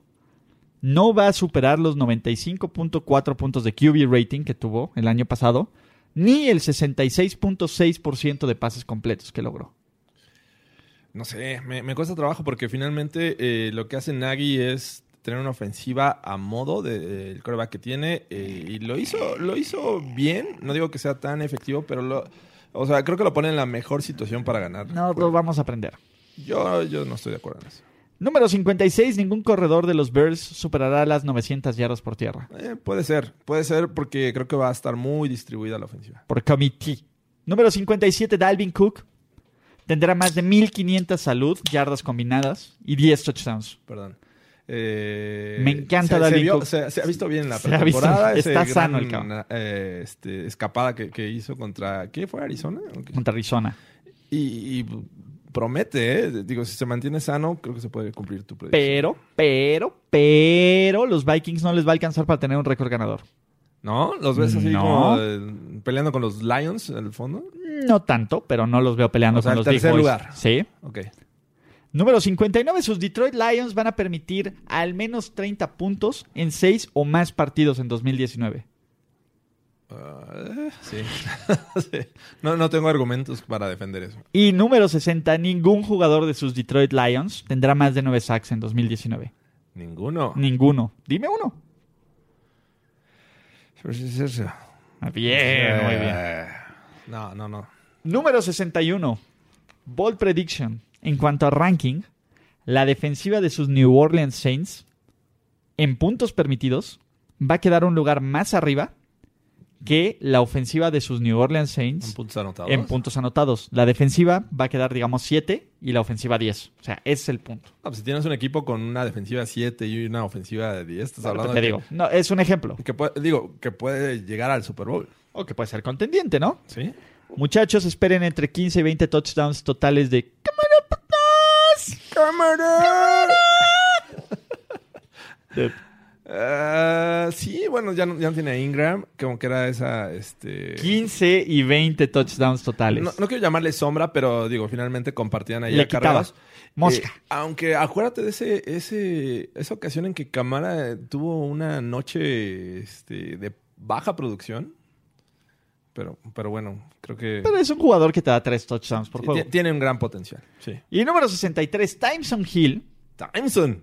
[SPEAKER 3] No va a superar los 95.4 puntos de QB rating que tuvo el año pasado, ni el 66.6% de pases completos que logró.
[SPEAKER 4] No sé, me, me cuesta trabajo porque finalmente eh, lo que hace Nagy es tener una ofensiva a modo de- del coreback que tiene eh, y lo hizo, lo hizo bien. No digo que sea tan efectivo, pero lo, o sea, creo que lo pone en la mejor situación para ganar.
[SPEAKER 3] No lo vamos a aprender.
[SPEAKER 4] Yo, yo no estoy de acuerdo en eso.
[SPEAKER 3] Número 56, ningún corredor de los Bears superará las 900 yardas por tierra.
[SPEAKER 4] Eh, puede ser, puede ser porque creo que va a estar muy distribuida la ofensiva.
[SPEAKER 3] Por committee. Número 57, Dalvin Cook tendrá más de 1500 salud, yardas combinadas y 10 touchdowns.
[SPEAKER 4] Perdón. Eh,
[SPEAKER 3] Me encanta
[SPEAKER 4] se,
[SPEAKER 3] Dalvin
[SPEAKER 4] se, vio-
[SPEAKER 3] Cook.
[SPEAKER 4] se- se ha visto bien la
[SPEAKER 3] Se ha visto-
[SPEAKER 4] temporada.
[SPEAKER 3] está sano el cabrón.
[SPEAKER 4] eh, este, escapada que, que hizo contra. ¿Qué fue Arizona? ¿O qué?
[SPEAKER 3] Contra Arizona.
[SPEAKER 4] Y, y promete, ¿eh? Digo, si se mantiene sano, creo que se puede cumplir tu predicción.
[SPEAKER 3] Pero, pero, pero los Vikings no les va a alcanzar para tener un récord ganador.
[SPEAKER 4] ¿No? ¿Los ves así
[SPEAKER 3] No.
[SPEAKER 4] como eh, peleando con los Lions al fondo?
[SPEAKER 3] No tanto, pero no los veo peleando
[SPEAKER 4] O sea,
[SPEAKER 3] con
[SPEAKER 4] el
[SPEAKER 3] los Big
[SPEAKER 4] tercer
[SPEAKER 3] Boys.
[SPEAKER 4] lugar.
[SPEAKER 3] Sí.
[SPEAKER 4] Ok.
[SPEAKER 3] Número 59, sus Detroit Lions van a permitir al menos 30 puntos en 6 o más partidos en 2019.
[SPEAKER 4] Ah, sí. (laughs) Sí. No, no tengo argumentos para defender eso.
[SPEAKER 3] Y número 60, ningún jugador de sus Detroit Lions tendrá más de 9 sacks en 2019.
[SPEAKER 4] Ninguno.
[SPEAKER 3] Ninguno. Dime uno. Ah, Bien, muy bien.
[SPEAKER 4] Eh, No, no, no.
[SPEAKER 3] Número 61. Bold prediction. En cuanto a ranking, la defensiva de sus New Orleans Saints, en puntos permitidos, va a quedar un lugar más arriba que la ofensiva de sus New Orleans
[SPEAKER 4] En
[SPEAKER 3] Saints
[SPEAKER 4] puntos anotados.
[SPEAKER 3] en puntos anotados. La defensiva va a quedar, digamos, 7 y la ofensiva 10. O sea, ese es el punto.
[SPEAKER 4] Ah, pues si tienes un equipo con una defensiva de 7 y una ofensiva de 10, estás hablando
[SPEAKER 3] pues te
[SPEAKER 4] de
[SPEAKER 3] digo. No, es un ejemplo.
[SPEAKER 4] Que, que puede, digo, que puede llegar al Super Bowl.
[SPEAKER 3] O que puede ser contendiente, ¿no?
[SPEAKER 4] ¿Sí?
[SPEAKER 3] Muchachos, esperen entre 15 y 20 touchdowns totales de
[SPEAKER 4] ¡Cámara! Ah, sí, bueno, ya no, ya no tiene a Ingram, como que era esa, este...
[SPEAKER 3] 15 y 20 touchdowns totales.
[SPEAKER 4] No, no quiero llamarle sombra, pero digo, finalmente compartían ahí
[SPEAKER 3] Le quitaba.
[SPEAKER 4] acarreos.
[SPEAKER 3] Mosca.
[SPEAKER 4] Eh, aunque acuérdate de ese, ese, esa ocasión en que Camara eh, tuvo una noche este, de baja producción. Pero, pero bueno, creo que
[SPEAKER 3] Pero es un jugador que te da tres touchdowns por
[SPEAKER 4] ti-
[SPEAKER 3] juego.
[SPEAKER 4] ti- tiene un gran potencial. Sí.
[SPEAKER 3] Y número 63, Timeson Hill
[SPEAKER 4] Timeson.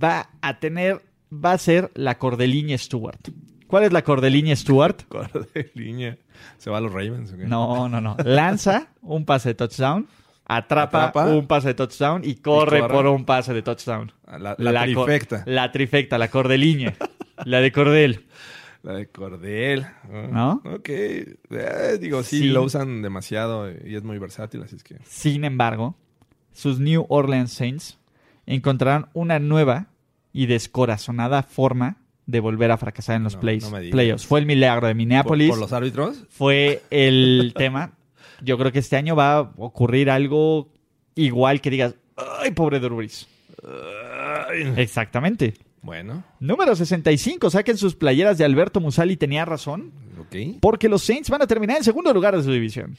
[SPEAKER 3] va a tener, va a ser la Cordeline Stewart. ¿Cuál es la Cordeline Stewart?
[SPEAKER 4] (laughs) Corre de línea. ¿Se va a los Ravens? o qué?
[SPEAKER 3] No, no, no. Lanza un pase de touchdown, atrapa,
[SPEAKER 4] Atrapa.
[SPEAKER 3] un pase de touchdown y corre,
[SPEAKER 4] corre.
[SPEAKER 3] por un pase de touchdown.
[SPEAKER 4] Ah, La, la,
[SPEAKER 3] cor-
[SPEAKER 4] trifecta.
[SPEAKER 3] La trifecta, la Cordeline. la de Cordel.
[SPEAKER 4] La de Cordel. Ah,
[SPEAKER 3] ¿No?
[SPEAKER 4] Ok. Eh, digo, sí,
[SPEAKER 3] Sí.
[SPEAKER 4] lo usan demasiado y es muy versátil, así es que...
[SPEAKER 3] Sin embargo, sus New Orleans Saints encontrarán una nueva y descorazonada forma de volver a fracasar en los
[SPEAKER 4] No,
[SPEAKER 3] plays-
[SPEAKER 4] no me digas.
[SPEAKER 3] playoffs. Fue el milagro de
[SPEAKER 4] ¿Por,
[SPEAKER 3] Minneapolis,
[SPEAKER 4] por los árbitros?
[SPEAKER 3] fue
[SPEAKER 4] (laughs)
[SPEAKER 3] el tema. Yo creo que este año va a ocurrir algo igual que digas, ¡ay, pobre Drew Brees". Eh. Exactamente.
[SPEAKER 4] Bueno,
[SPEAKER 3] Número 65, saquen sus playeras de Alberto Musali, tenía razón,
[SPEAKER 4] ok.
[SPEAKER 3] porque los Saints van a terminar en segundo lugar de su división.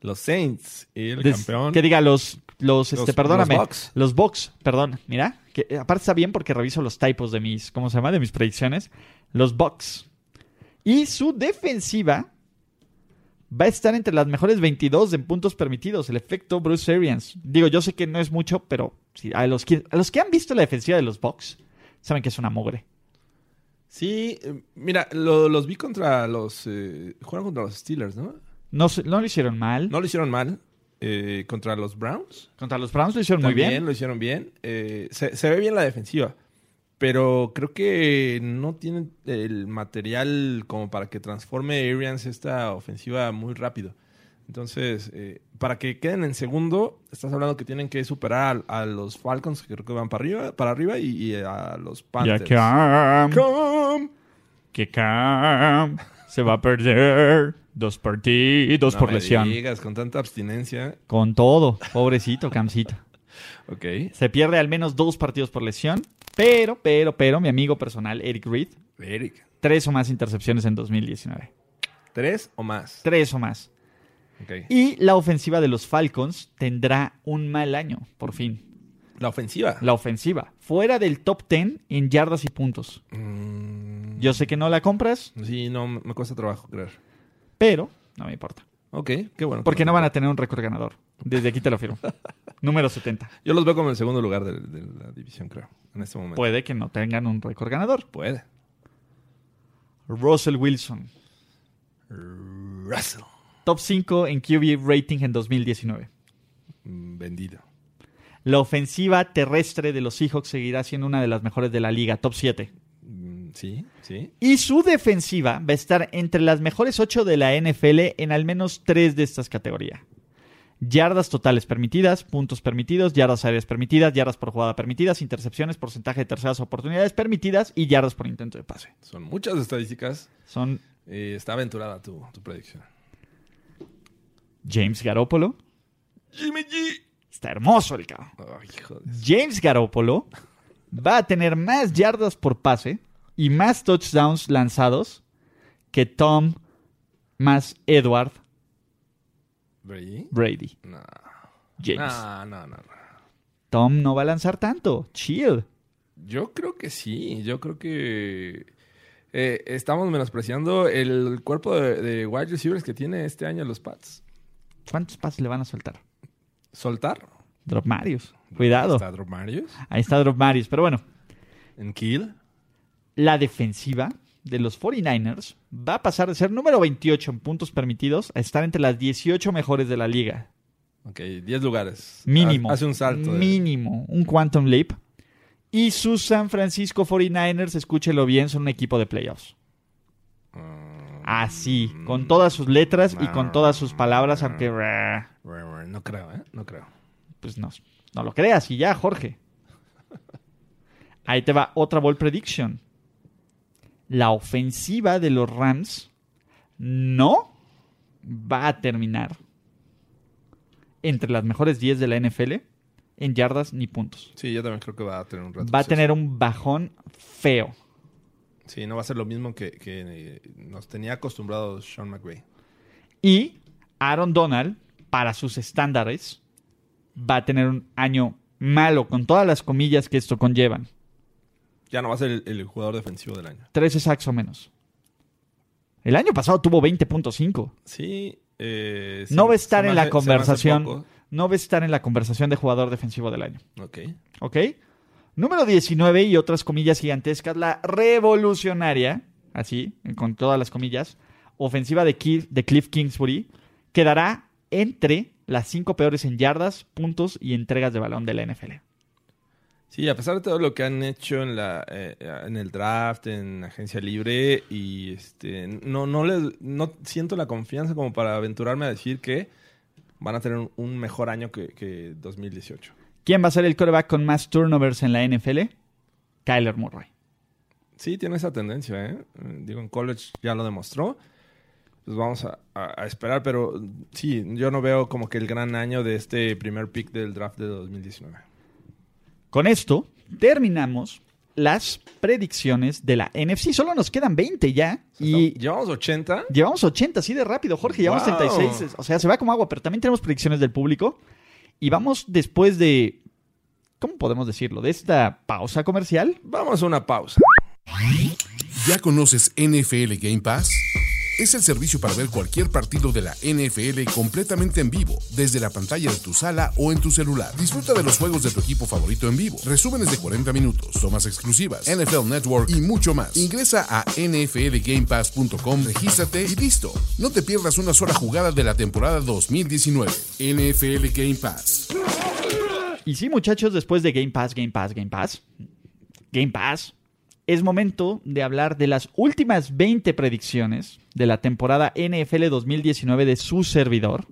[SPEAKER 4] Los Saints y el
[SPEAKER 3] Des-
[SPEAKER 4] campeón.
[SPEAKER 3] Que diga los, los,
[SPEAKER 4] Los-
[SPEAKER 3] este, perdóname.
[SPEAKER 4] los
[SPEAKER 3] Los
[SPEAKER 4] Bucks.
[SPEAKER 3] Bucks. perdón. Mira, que eh, aparte está bien porque reviso los typos de mis, ¿cómo se llama? De mis predicciones. Los Bucks. Y su defensiva va a estar entre las mejores 22 en puntos permitidos. El efecto Bruce Arians. Digo, yo sé que no es mucho, pero si a, los que, a los que han visto la defensiva de los Bucks, saben que es una mogre.
[SPEAKER 4] Sí, eh, mira, lo- los vi contra los... eh, jugaron contra los Steelers, ¿no?
[SPEAKER 3] No, se- no lo hicieron mal.
[SPEAKER 4] No lo hicieron mal. eh, contra los Browns.
[SPEAKER 3] Contra los Browns lo hicieron muy
[SPEAKER 4] También
[SPEAKER 3] bien.
[SPEAKER 4] lo hicieron bien. Eh, se, se ve bien la defensiva. Pero creo que no tienen el material como para que transforme Arians esta ofensiva muy rápido. Entonces, eh, para que queden en segundo, estás hablando que tienen que superar a, a los Falcons, que creo que van para arriba, para arriba y, y a los
[SPEAKER 3] Ya
[SPEAKER 4] Panthers.
[SPEAKER 3] que, am,
[SPEAKER 4] Cam.
[SPEAKER 3] que Cam se va a perder dos partidos
[SPEAKER 4] No
[SPEAKER 3] por
[SPEAKER 4] me
[SPEAKER 3] lesión.
[SPEAKER 4] digas, con tanta abstinencia.
[SPEAKER 3] Con todo, pobrecito Camcito.
[SPEAKER 4] Ok.
[SPEAKER 3] Se pierde al menos dos partidos por lesión, pero, pero, pero, mi amigo personal, Eric Reed,
[SPEAKER 4] Eric.
[SPEAKER 3] tres o más intercepciones en 2019.
[SPEAKER 4] ¿Tres o más?
[SPEAKER 3] Tres o más.
[SPEAKER 4] Ok.
[SPEAKER 3] Y la ofensiva de los Falcons tendrá un mal año, por fin.
[SPEAKER 4] La ofensiva.
[SPEAKER 3] La ofensiva, fuera del top 10 en yardas y puntos.
[SPEAKER 4] Mm,
[SPEAKER 3] Yo sé que no la compras,
[SPEAKER 4] sí, no, me cuesta trabajo creer.
[SPEAKER 3] pero no me importa.
[SPEAKER 4] Ok, qué bueno.
[SPEAKER 3] Porque no van a tener un récord ganador. Desde aquí te lo
[SPEAKER 4] (laughs)
[SPEAKER 3] firmo. Número 70.
[SPEAKER 4] Yo los veo como el segundo lugar de, de la división, creo, en este momento.
[SPEAKER 3] Puede que no tengan un récord ganador.
[SPEAKER 4] Puede.
[SPEAKER 3] Russell Wilson.
[SPEAKER 4] Russell.
[SPEAKER 3] Top 5 en QB rating en 2019.
[SPEAKER 4] Mm, Vendido.
[SPEAKER 3] La ofensiva terrestre de los Seahawks seguirá siendo una de las mejores de la liga, top 7.
[SPEAKER 4] Mm, Sí, sí.
[SPEAKER 3] Y su defensiva va a estar entre las mejores 8 de la NFL en al menos 3 de estas categorías. Yardas totales permitidas, puntos permitidos, yardas aéreas permitidas, yardas por jugada permitidas, intercepciones, porcentaje de terceras oportunidades permitidas y yardas por intento de pase.
[SPEAKER 4] Son muchas estadísticas.
[SPEAKER 3] Son
[SPEAKER 4] Eh, está aventurada tu, tu predicción.
[SPEAKER 3] James Garoppolo,
[SPEAKER 4] Jimmy G.
[SPEAKER 3] está hermoso el cabrón.
[SPEAKER 4] Ay, hijo de-
[SPEAKER 3] James Garoppolo va a tener más yardas por pase y más touchdowns lanzados que Tom más Edward
[SPEAKER 4] ¿Brady?
[SPEAKER 3] Brady.
[SPEAKER 4] No.
[SPEAKER 3] James.
[SPEAKER 4] No, no, no, no.
[SPEAKER 3] Tom no va a lanzar tanto. Chill.
[SPEAKER 4] Yo creo que sí. Yo creo que eh, estamos menospreciando el cuerpo de, de wide receivers que tiene este año los Pats.
[SPEAKER 3] ¿Cuántos pases le van a soltar?
[SPEAKER 4] Soltar.
[SPEAKER 3] Drop Marius. Cuidado.
[SPEAKER 4] Está Drew Marius
[SPEAKER 3] Ahí está Drop Marius. Pero bueno,
[SPEAKER 4] en Kill.
[SPEAKER 3] la defensiva de los 49ers va a pasar de ser número 28 en puntos permitidos a estar entre las 18 mejores de la liga.
[SPEAKER 4] Ok, 10 lugares.
[SPEAKER 3] Mínimo.
[SPEAKER 4] Ha- Hace un salto. de-
[SPEAKER 3] Mínimo. Un quantum leap. Y sus San Francisco 49ers, escúchelo bien, son un equipo de playoffs.
[SPEAKER 4] Ah,
[SPEAKER 3] Así,
[SPEAKER 4] mm,
[SPEAKER 3] con todas sus letras y con todas sus palabras, aunque...
[SPEAKER 4] No creo, ¿eh? No creo.
[SPEAKER 3] Pues no, no lo creas y ya, Jorge. Ahí te va otra ball prediction. La ofensiva de los Rams no va a terminar entre las mejores 10 de la NFL en yardas ni puntos.
[SPEAKER 4] Sí, yo también creo que va a tener un rato.
[SPEAKER 3] Va a tener un bajón feo.
[SPEAKER 4] Sí, no va a ser lo mismo que, que, eh, nos tenía acostumbrado Sean McVay.
[SPEAKER 3] Y Aaron Donald, para sus estándares, va a tener un año malo, con todas las comillas que esto conllevan.
[SPEAKER 4] Ya no va a ser el, el jugador defensivo del año.
[SPEAKER 3] 13 sacks o menos. El año pasado tuvo 20.5.
[SPEAKER 4] Sí. eh, se-
[SPEAKER 3] No va a estar
[SPEAKER 4] se me
[SPEAKER 3] en la
[SPEAKER 4] hace- se me hace
[SPEAKER 3] conversación.
[SPEAKER 4] poco.
[SPEAKER 3] No va a estar en la conversación de jugador defensivo del año.
[SPEAKER 4] Ok.
[SPEAKER 3] ¿Ok? Número 19 y otras comillas gigantescas. La revolucionaria, así, con todas las comillas, ofensiva de, Ki- de Cliff Kingsbury quedará entre las cinco peores en yardas, puntos y entregas de balón de la NFL.
[SPEAKER 4] Sí, a pesar de todo lo que han hecho en la eh, en el draft, en agencia libre y este no no les no siento la confianza como para aventurarme a decir que van a tener un- un mejor año que, que 2018.
[SPEAKER 3] ¿Quién va a ser el coreback con más turnovers en la NFL? Kyler Murray.
[SPEAKER 4] Sí, tiene esa tendencia, ¿eh? Digo, en college ya lo demostró. Pues vamos a, a- a esperar, pero sí, yo no veo como que el gran año de este primer pick del draft de 2019.
[SPEAKER 3] Con esto terminamos las predicciones de la NFC. Solo nos quedan 20 ya.
[SPEAKER 4] Y
[SPEAKER 3] Y
[SPEAKER 4] llevamos 80.
[SPEAKER 3] llevamos 80 así de rápido, Jorge. Llevamos
[SPEAKER 4] Wow.
[SPEAKER 3] 36. O sea, se va como agua, pero también tenemos predicciones del público. Y vamos después de. ¿Cómo podemos decirlo? De esta pausa comercial.
[SPEAKER 4] Vamos a una pausa.
[SPEAKER 5] ¿Ya conoces NFL Game Pass? Es el servicio para ver cualquier partido de la NFL completamente en vivo, desde la pantalla de tu sala o en tu celular. Disfruta de los juegos de tu equipo favorito en vivo, resúmenes de 40 minutos, tomas exclusivas, NFL Network y mucho más. Ingresa a nflgamepass.com, regístrate y listo. No te pierdas una sola jugada de la temporada 2019. NFL Game Pass.
[SPEAKER 3] Y sí, muchachos, después de Game Pass, Game Pass, Game Pass, Game Pass, es momento de hablar de las últimas 20 predicciones de la temporada NFL 2019 de su servidor.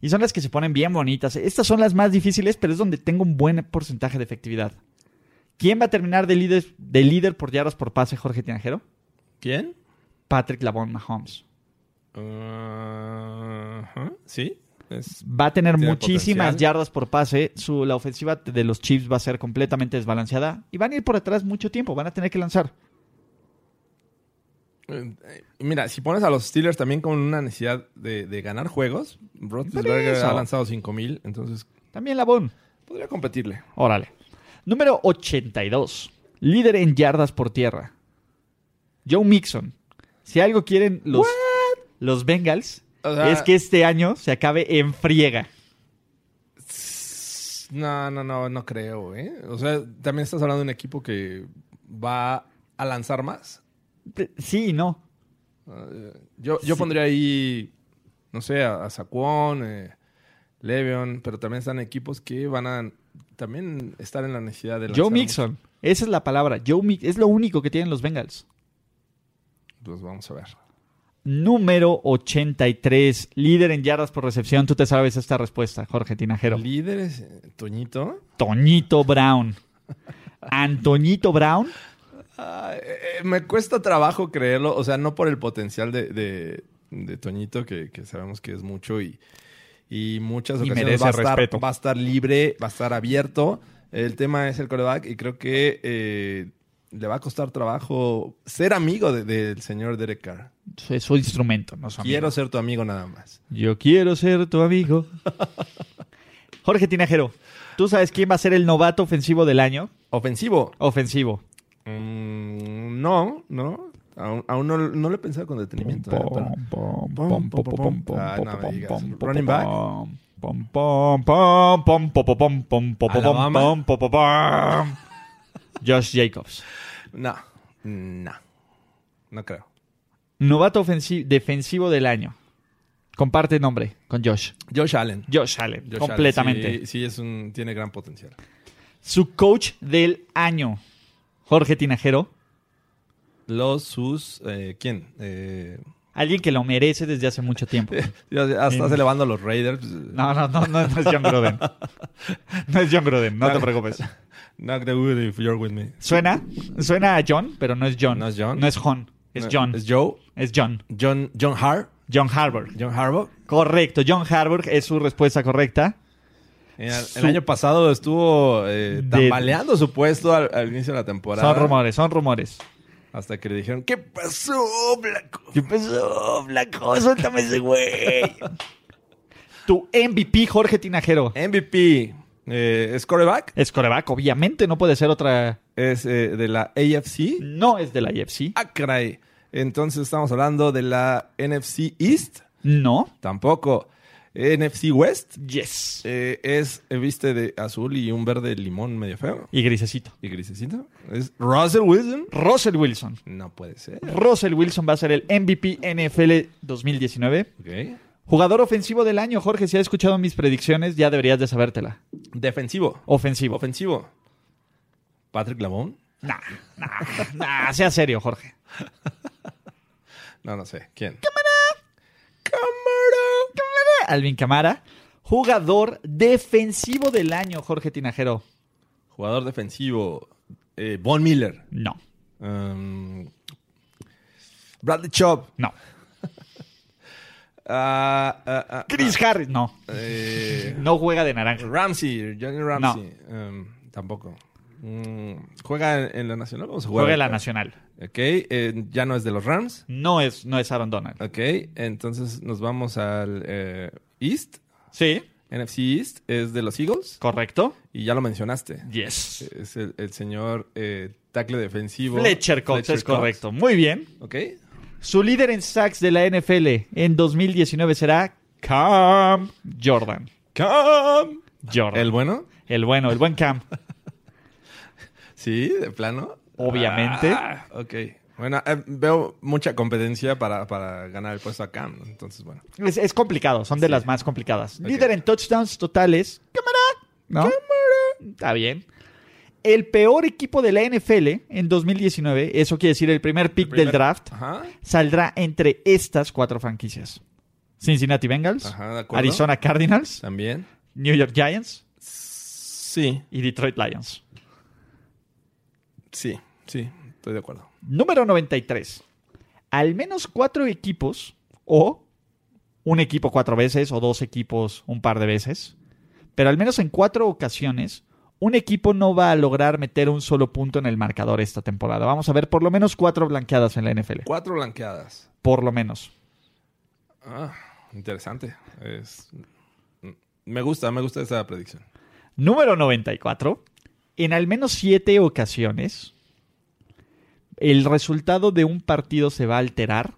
[SPEAKER 3] Y son las que se ponen bien bonitas. Estas son las más difíciles, pero es donde tengo un buen porcentaje de efectividad. ¿Quién va a terminar de líder, de líder por yardas por pase, Jorge Tinajero?
[SPEAKER 4] ¿Quién?
[SPEAKER 3] Patrick Lavon Mahomes.
[SPEAKER 4] Ajá, Sí. Es-
[SPEAKER 3] Va a tener
[SPEAKER 4] Tiene
[SPEAKER 3] muchísimas
[SPEAKER 4] potencial.
[SPEAKER 3] yardas por pase. Su, la ofensiva de los Chiefs va a ser completamente desbalanceada. Y van a ir por atrás mucho tiempo. Van a tener que lanzar.
[SPEAKER 4] eh, mira, si pones a los Steelers también con una necesidad de, de ganar juegos,
[SPEAKER 3] Por
[SPEAKER 4] Roethlisberger
[SPEAKER 3] eso.
[SPEAKER 4] ha lanzado 5000, entonces
[SPEAKER 3] También Labón.
[SPEAKER 4] podría competirle.
[SPEAKER 3] Órale. Número 82. Líder en yardas por tierra. Joe Mixon. Si algo quieren los, los Bengals,
[SPEAKER 4] O sea-
[SPEAKER 3] es que este año se acabe en friega.
[SPEAKER 4] No, no, no, no creo, ¿eh? O sea, también estás hablando de un equipo que va a lanzar más.
[SPEAKER 3] Sí y no.
[SPEAKER 4] Yo, yo pondría ahí, no sé, a, a Saquon, eh, Le'Veon, pero también están equipos que van a también estar en la necesidad de lanzar.
[SPEAKER 3] Joe
[SPEAKER 4] mucho.
[SPEAKER 3] Mixon. Esa es la palabra. Joe Mi- es lo único que tienen los Bengals.
[SPEAKER 4] Pues vamos a ver.
[SPEAKER 3] Número 83. Líder en yardas por recepción. Tú te sabes esta respuesta, Jorge Tinajero.
[SPEAKER 4] Líderes, eh, Toñito.
[SPEAKER 3] Toñito Brown. Antoñito Brown.
[SPEAKER 4] Ah, eh, eh, me cuesta trabajo creerlo, o sea, no por el potencial de, de- de Toñito, que, que sabemos que es mucho y, y muchas
[SPEAKER 3] Y
[SPEAKER 4] ocasiones
[SPEAKER 3] merece
[SPEAKER 4] va a, estar,
[SPEAKER 3] respeto.
[SPEAKER 4] va a estar libre, va a estar abierto. El tema es el coreback y creo que eh, le va a costar trabajo ser amigo de- del señor Derek Carr.
[SPEAKER 3] Es su instrumento, no su amigo.
[SPEAKER 4] Quiero ser tu amigo nada más.
[SPEAKER 3] Yo quiero ser tu amigo. Jorge Tinajero, ¿tú sabes quién va a ser el novato ofensivo del año?
[SPEAKER 4] Ofensivo.
[SPEAKER 3] Ofensivo.
[SPEAKER 4] Mm, no, no. Aún, aún no, no lo he pensado con detenimiento. eh, pero- pom, pom, pom, pom, Ah, no me digas. Running back. Alabama.
[SPEAKER 3] Josh Jacobs.
[SPEAKER 4] No, no. No creo.
[SPEAKER 3] Novato ofensi- defensivo del año. Comparte nombre con Josh.
[SPEAKER 4] Josh Allen.
[SPEAKER 3] Josh Allen,
[SPEAKER 4] Josh
[SPEAKER 3] completamente.
[SPEAKER 4] Allen, sí, sí, es un, tiene gran potencial.
[SPEAKER 3] Su coach del año, Jorge Tinajero.
[SPEAKER 4] Los sus. eh, ¿Quién? Eh,
[SPEAKER 3] Alguien que lo merece desde hace mucho
[SPEAKER 4] (laughs)
[SPEAKER 3] tiempo.
[SPEAKER 4] ya ya estás
[SPEAKER 3] Eh.
[SPEAKER 4] elevando a los Raiders.
[SPEAKER 3] No, no, no, no, no es John Groden. No es John Groden, no te
[SPEAKER 4] No.
[SPEAKER 3] preocupes.
[SPEAKER 4] Knock the wood if you're with me.
[SPEAKER 3] Suena, suena a John, pero no es John.
[SPEAKER 4] No es John.
[SPEAKER 3] No es John, es
[SPEAKER 4] No,
[SPEAKER 3] John.
[SPEAKER 4] Es Joe.
[SPEAKER 3] Es John.
[SPEAKER 4] John, John Har.
[SPEAKER 3] John Harburg.
[SPEAKER 4] John Harbaugh.
[SPEAKER 3] Correcto, John Harburg es su respuesta correcta.
[SPEAKER 4] El, el
[SPEAKER 3] Su-
[SPEAKER 4] año pasado estuvo eh,
[SPEAKER 3] De-
[SPEAKER 4] tambaleando su puesto al, al inicio de la temporada.
[SPEAKER 3] Son rumores, son rumores.
[SPEAKER 4] Hasta que le dijeron, ¿qué pasó, Blanco?
[SPEAKER 3] ¿Qué pasó, Blanco? Suéltame ese güey. Tu MVP, Jorge Tinajero.
[SPEAKER 4] MVP eh, es coreback,
[SPEAKER 3] Es coreback, obviamente, no puede ser otra.
[SPEAKER 4] es eh, de la AFC.
[SPEAKER 3] No es de la IFC.
[SPEAKER 4] Ah, caray. Entonces estamos hablando de la NFC East,
[SPEAKER 3] No.
[SPEAKER 4] tampoco. NFC West
[SPEAKER 3] Yes.
[SPEAKER 4] eh, es, eh, viste, de azul y un verde limón medio feo
[SPEAKER 3] Y grisecito.
[SPEAKER 4] y grisecito. Es Russell Wilson.
[SPEAKER 3] Russell Wilson.
[SPEAKER 4] No puede ser.
[SPEAKER 3] Russell Wilson va a ser el MVP NFL 2019.
[SPEAKER 4] Ok.
[SPEAKER 3] Jugador ofensivo del año, Jorge. Si has escuchado mis predicciones, ya deberías de sabértela.
[SPEAKER 4] Defensivo.
[SPEAKER 3] Ofensivo.
[SPEAKER 4] Ofensivo. Patrick Lamont.
[SPEAKER 3] nah, nah, (laughs) nah, sea serio, Jorge.
[SPEAKER 4] No, no sé. ¿Quién?
[SPEAKER 3] Alvin Camara. Jugador defensivo del año, Jorge Tinajero.
[SPEAKER 4] Jugador defensivo. Eh, Von Miller.
[SPEAKER 3] No,
[SPEAKER 4] Um, Bradley Chubb.
[SPEAKER 3] no.
[SPEAKER 4] Ah, ah, ah,
[SPEAKER 3] Chris Harris. No,
[SPEAKER 4] eh,
[SPEAKER 3] no juega de naranja.
[SPEAKER 4] Ramsey. Johnny Ramsey. Um, tampoco. Mm, ¿Juega en, en la Nacional? Vamos a jugar.
[SPEAKER 3] Juega en la nacional.
[SPEAKER 4] Ok. eh, ya no es de los Rams.
[SPEAKER 3] No es, no es Aaron Donald.
[SPEAKER 4] Ok. Entonces nos vamos al eh, East.
[SPEAKER 3] Sí,
[SPEAKER 4] NFC East. Es de los Eagles.
[SPEAKER 3] correcto.
[SPEAKER 4] Y ya lo mencionaste.
[SPEAKER 3] Yes.
[SPEAKER 4] Es el, el señor eh, tackle defensivo.
[SPEAKER 3] Fletcher Cox
[SPEAKER 4] Fletcher
[SPEAKER 3] es correcto. Muy bien.
[SPEAKER 4] Ok.
[SPEAKER 3] Su líder en sacks de la NFL en 2019 será Cam Jordan.
[SPEAKER 4] Cam.
[SPEAKER 3] Jordan.
[SPEAKER 4] ¿El bueno?
[SPEAKER 3] El bueno, el buen Cam.
[SPEAKER 4] Sí, de plano.
[SPEAKER 3] Obviamente.
[SPEAKER 4] Ah, ok. Bueno, eh, veo mucha competencia para, para ganar el puesto a Cam. Entonces, bueno.
[SPEAKER 3] Es, es complicado, son de las más complicadas.
[SPEAKER 4] Ok.
[SPEAKER 3] Líder en touchdowns totales. Cámara. ¿No? Está bien. El peor equipo de la NFL en 2019, eso quiere decir el primer pick
[SPEAKER 4] primer-
[SPEAKER 3] del draft,
[SPEAKER 4] Ajá.
[SPEAKER 3] saldrá entre estas cuatro franquicias. Cincinnati Bengals,
[SPEAKER 4] Ajá, de acuerdo.
[SPEAKER 3] Arizona Cardinals,
[SPEAKER 4] También.
[SPEAKER 3] New York Giants
[SPEAKER 4] Sí,
[SPEAKER 3] y Detroit Lions.
[SPEAKER 4] sí, sí. Estoy de acuerdo.
[SPEAKER 3] Número 93. Al menos cuatro equipos o un equipo cuatro veces o dos equipos un par de veces. Pero al menos en cuatro ocasiones, un equipo no va a lograr meter un solo punto en el marcador esta temporada. Vamos a ver por lo menos cuatro blanqueadas en la NFL.
[SPEAKER 4] Cuatro blanqueadas.
[SPEAKER 3] Por lo menos.
[SPEAKER 4] Ah, interesante. Es- mm, Me gusta, me gusta esa predicción.
[SPEAKER 3] Número 94. En al menos siete ocasiones, el resultado de un partido se va a alterar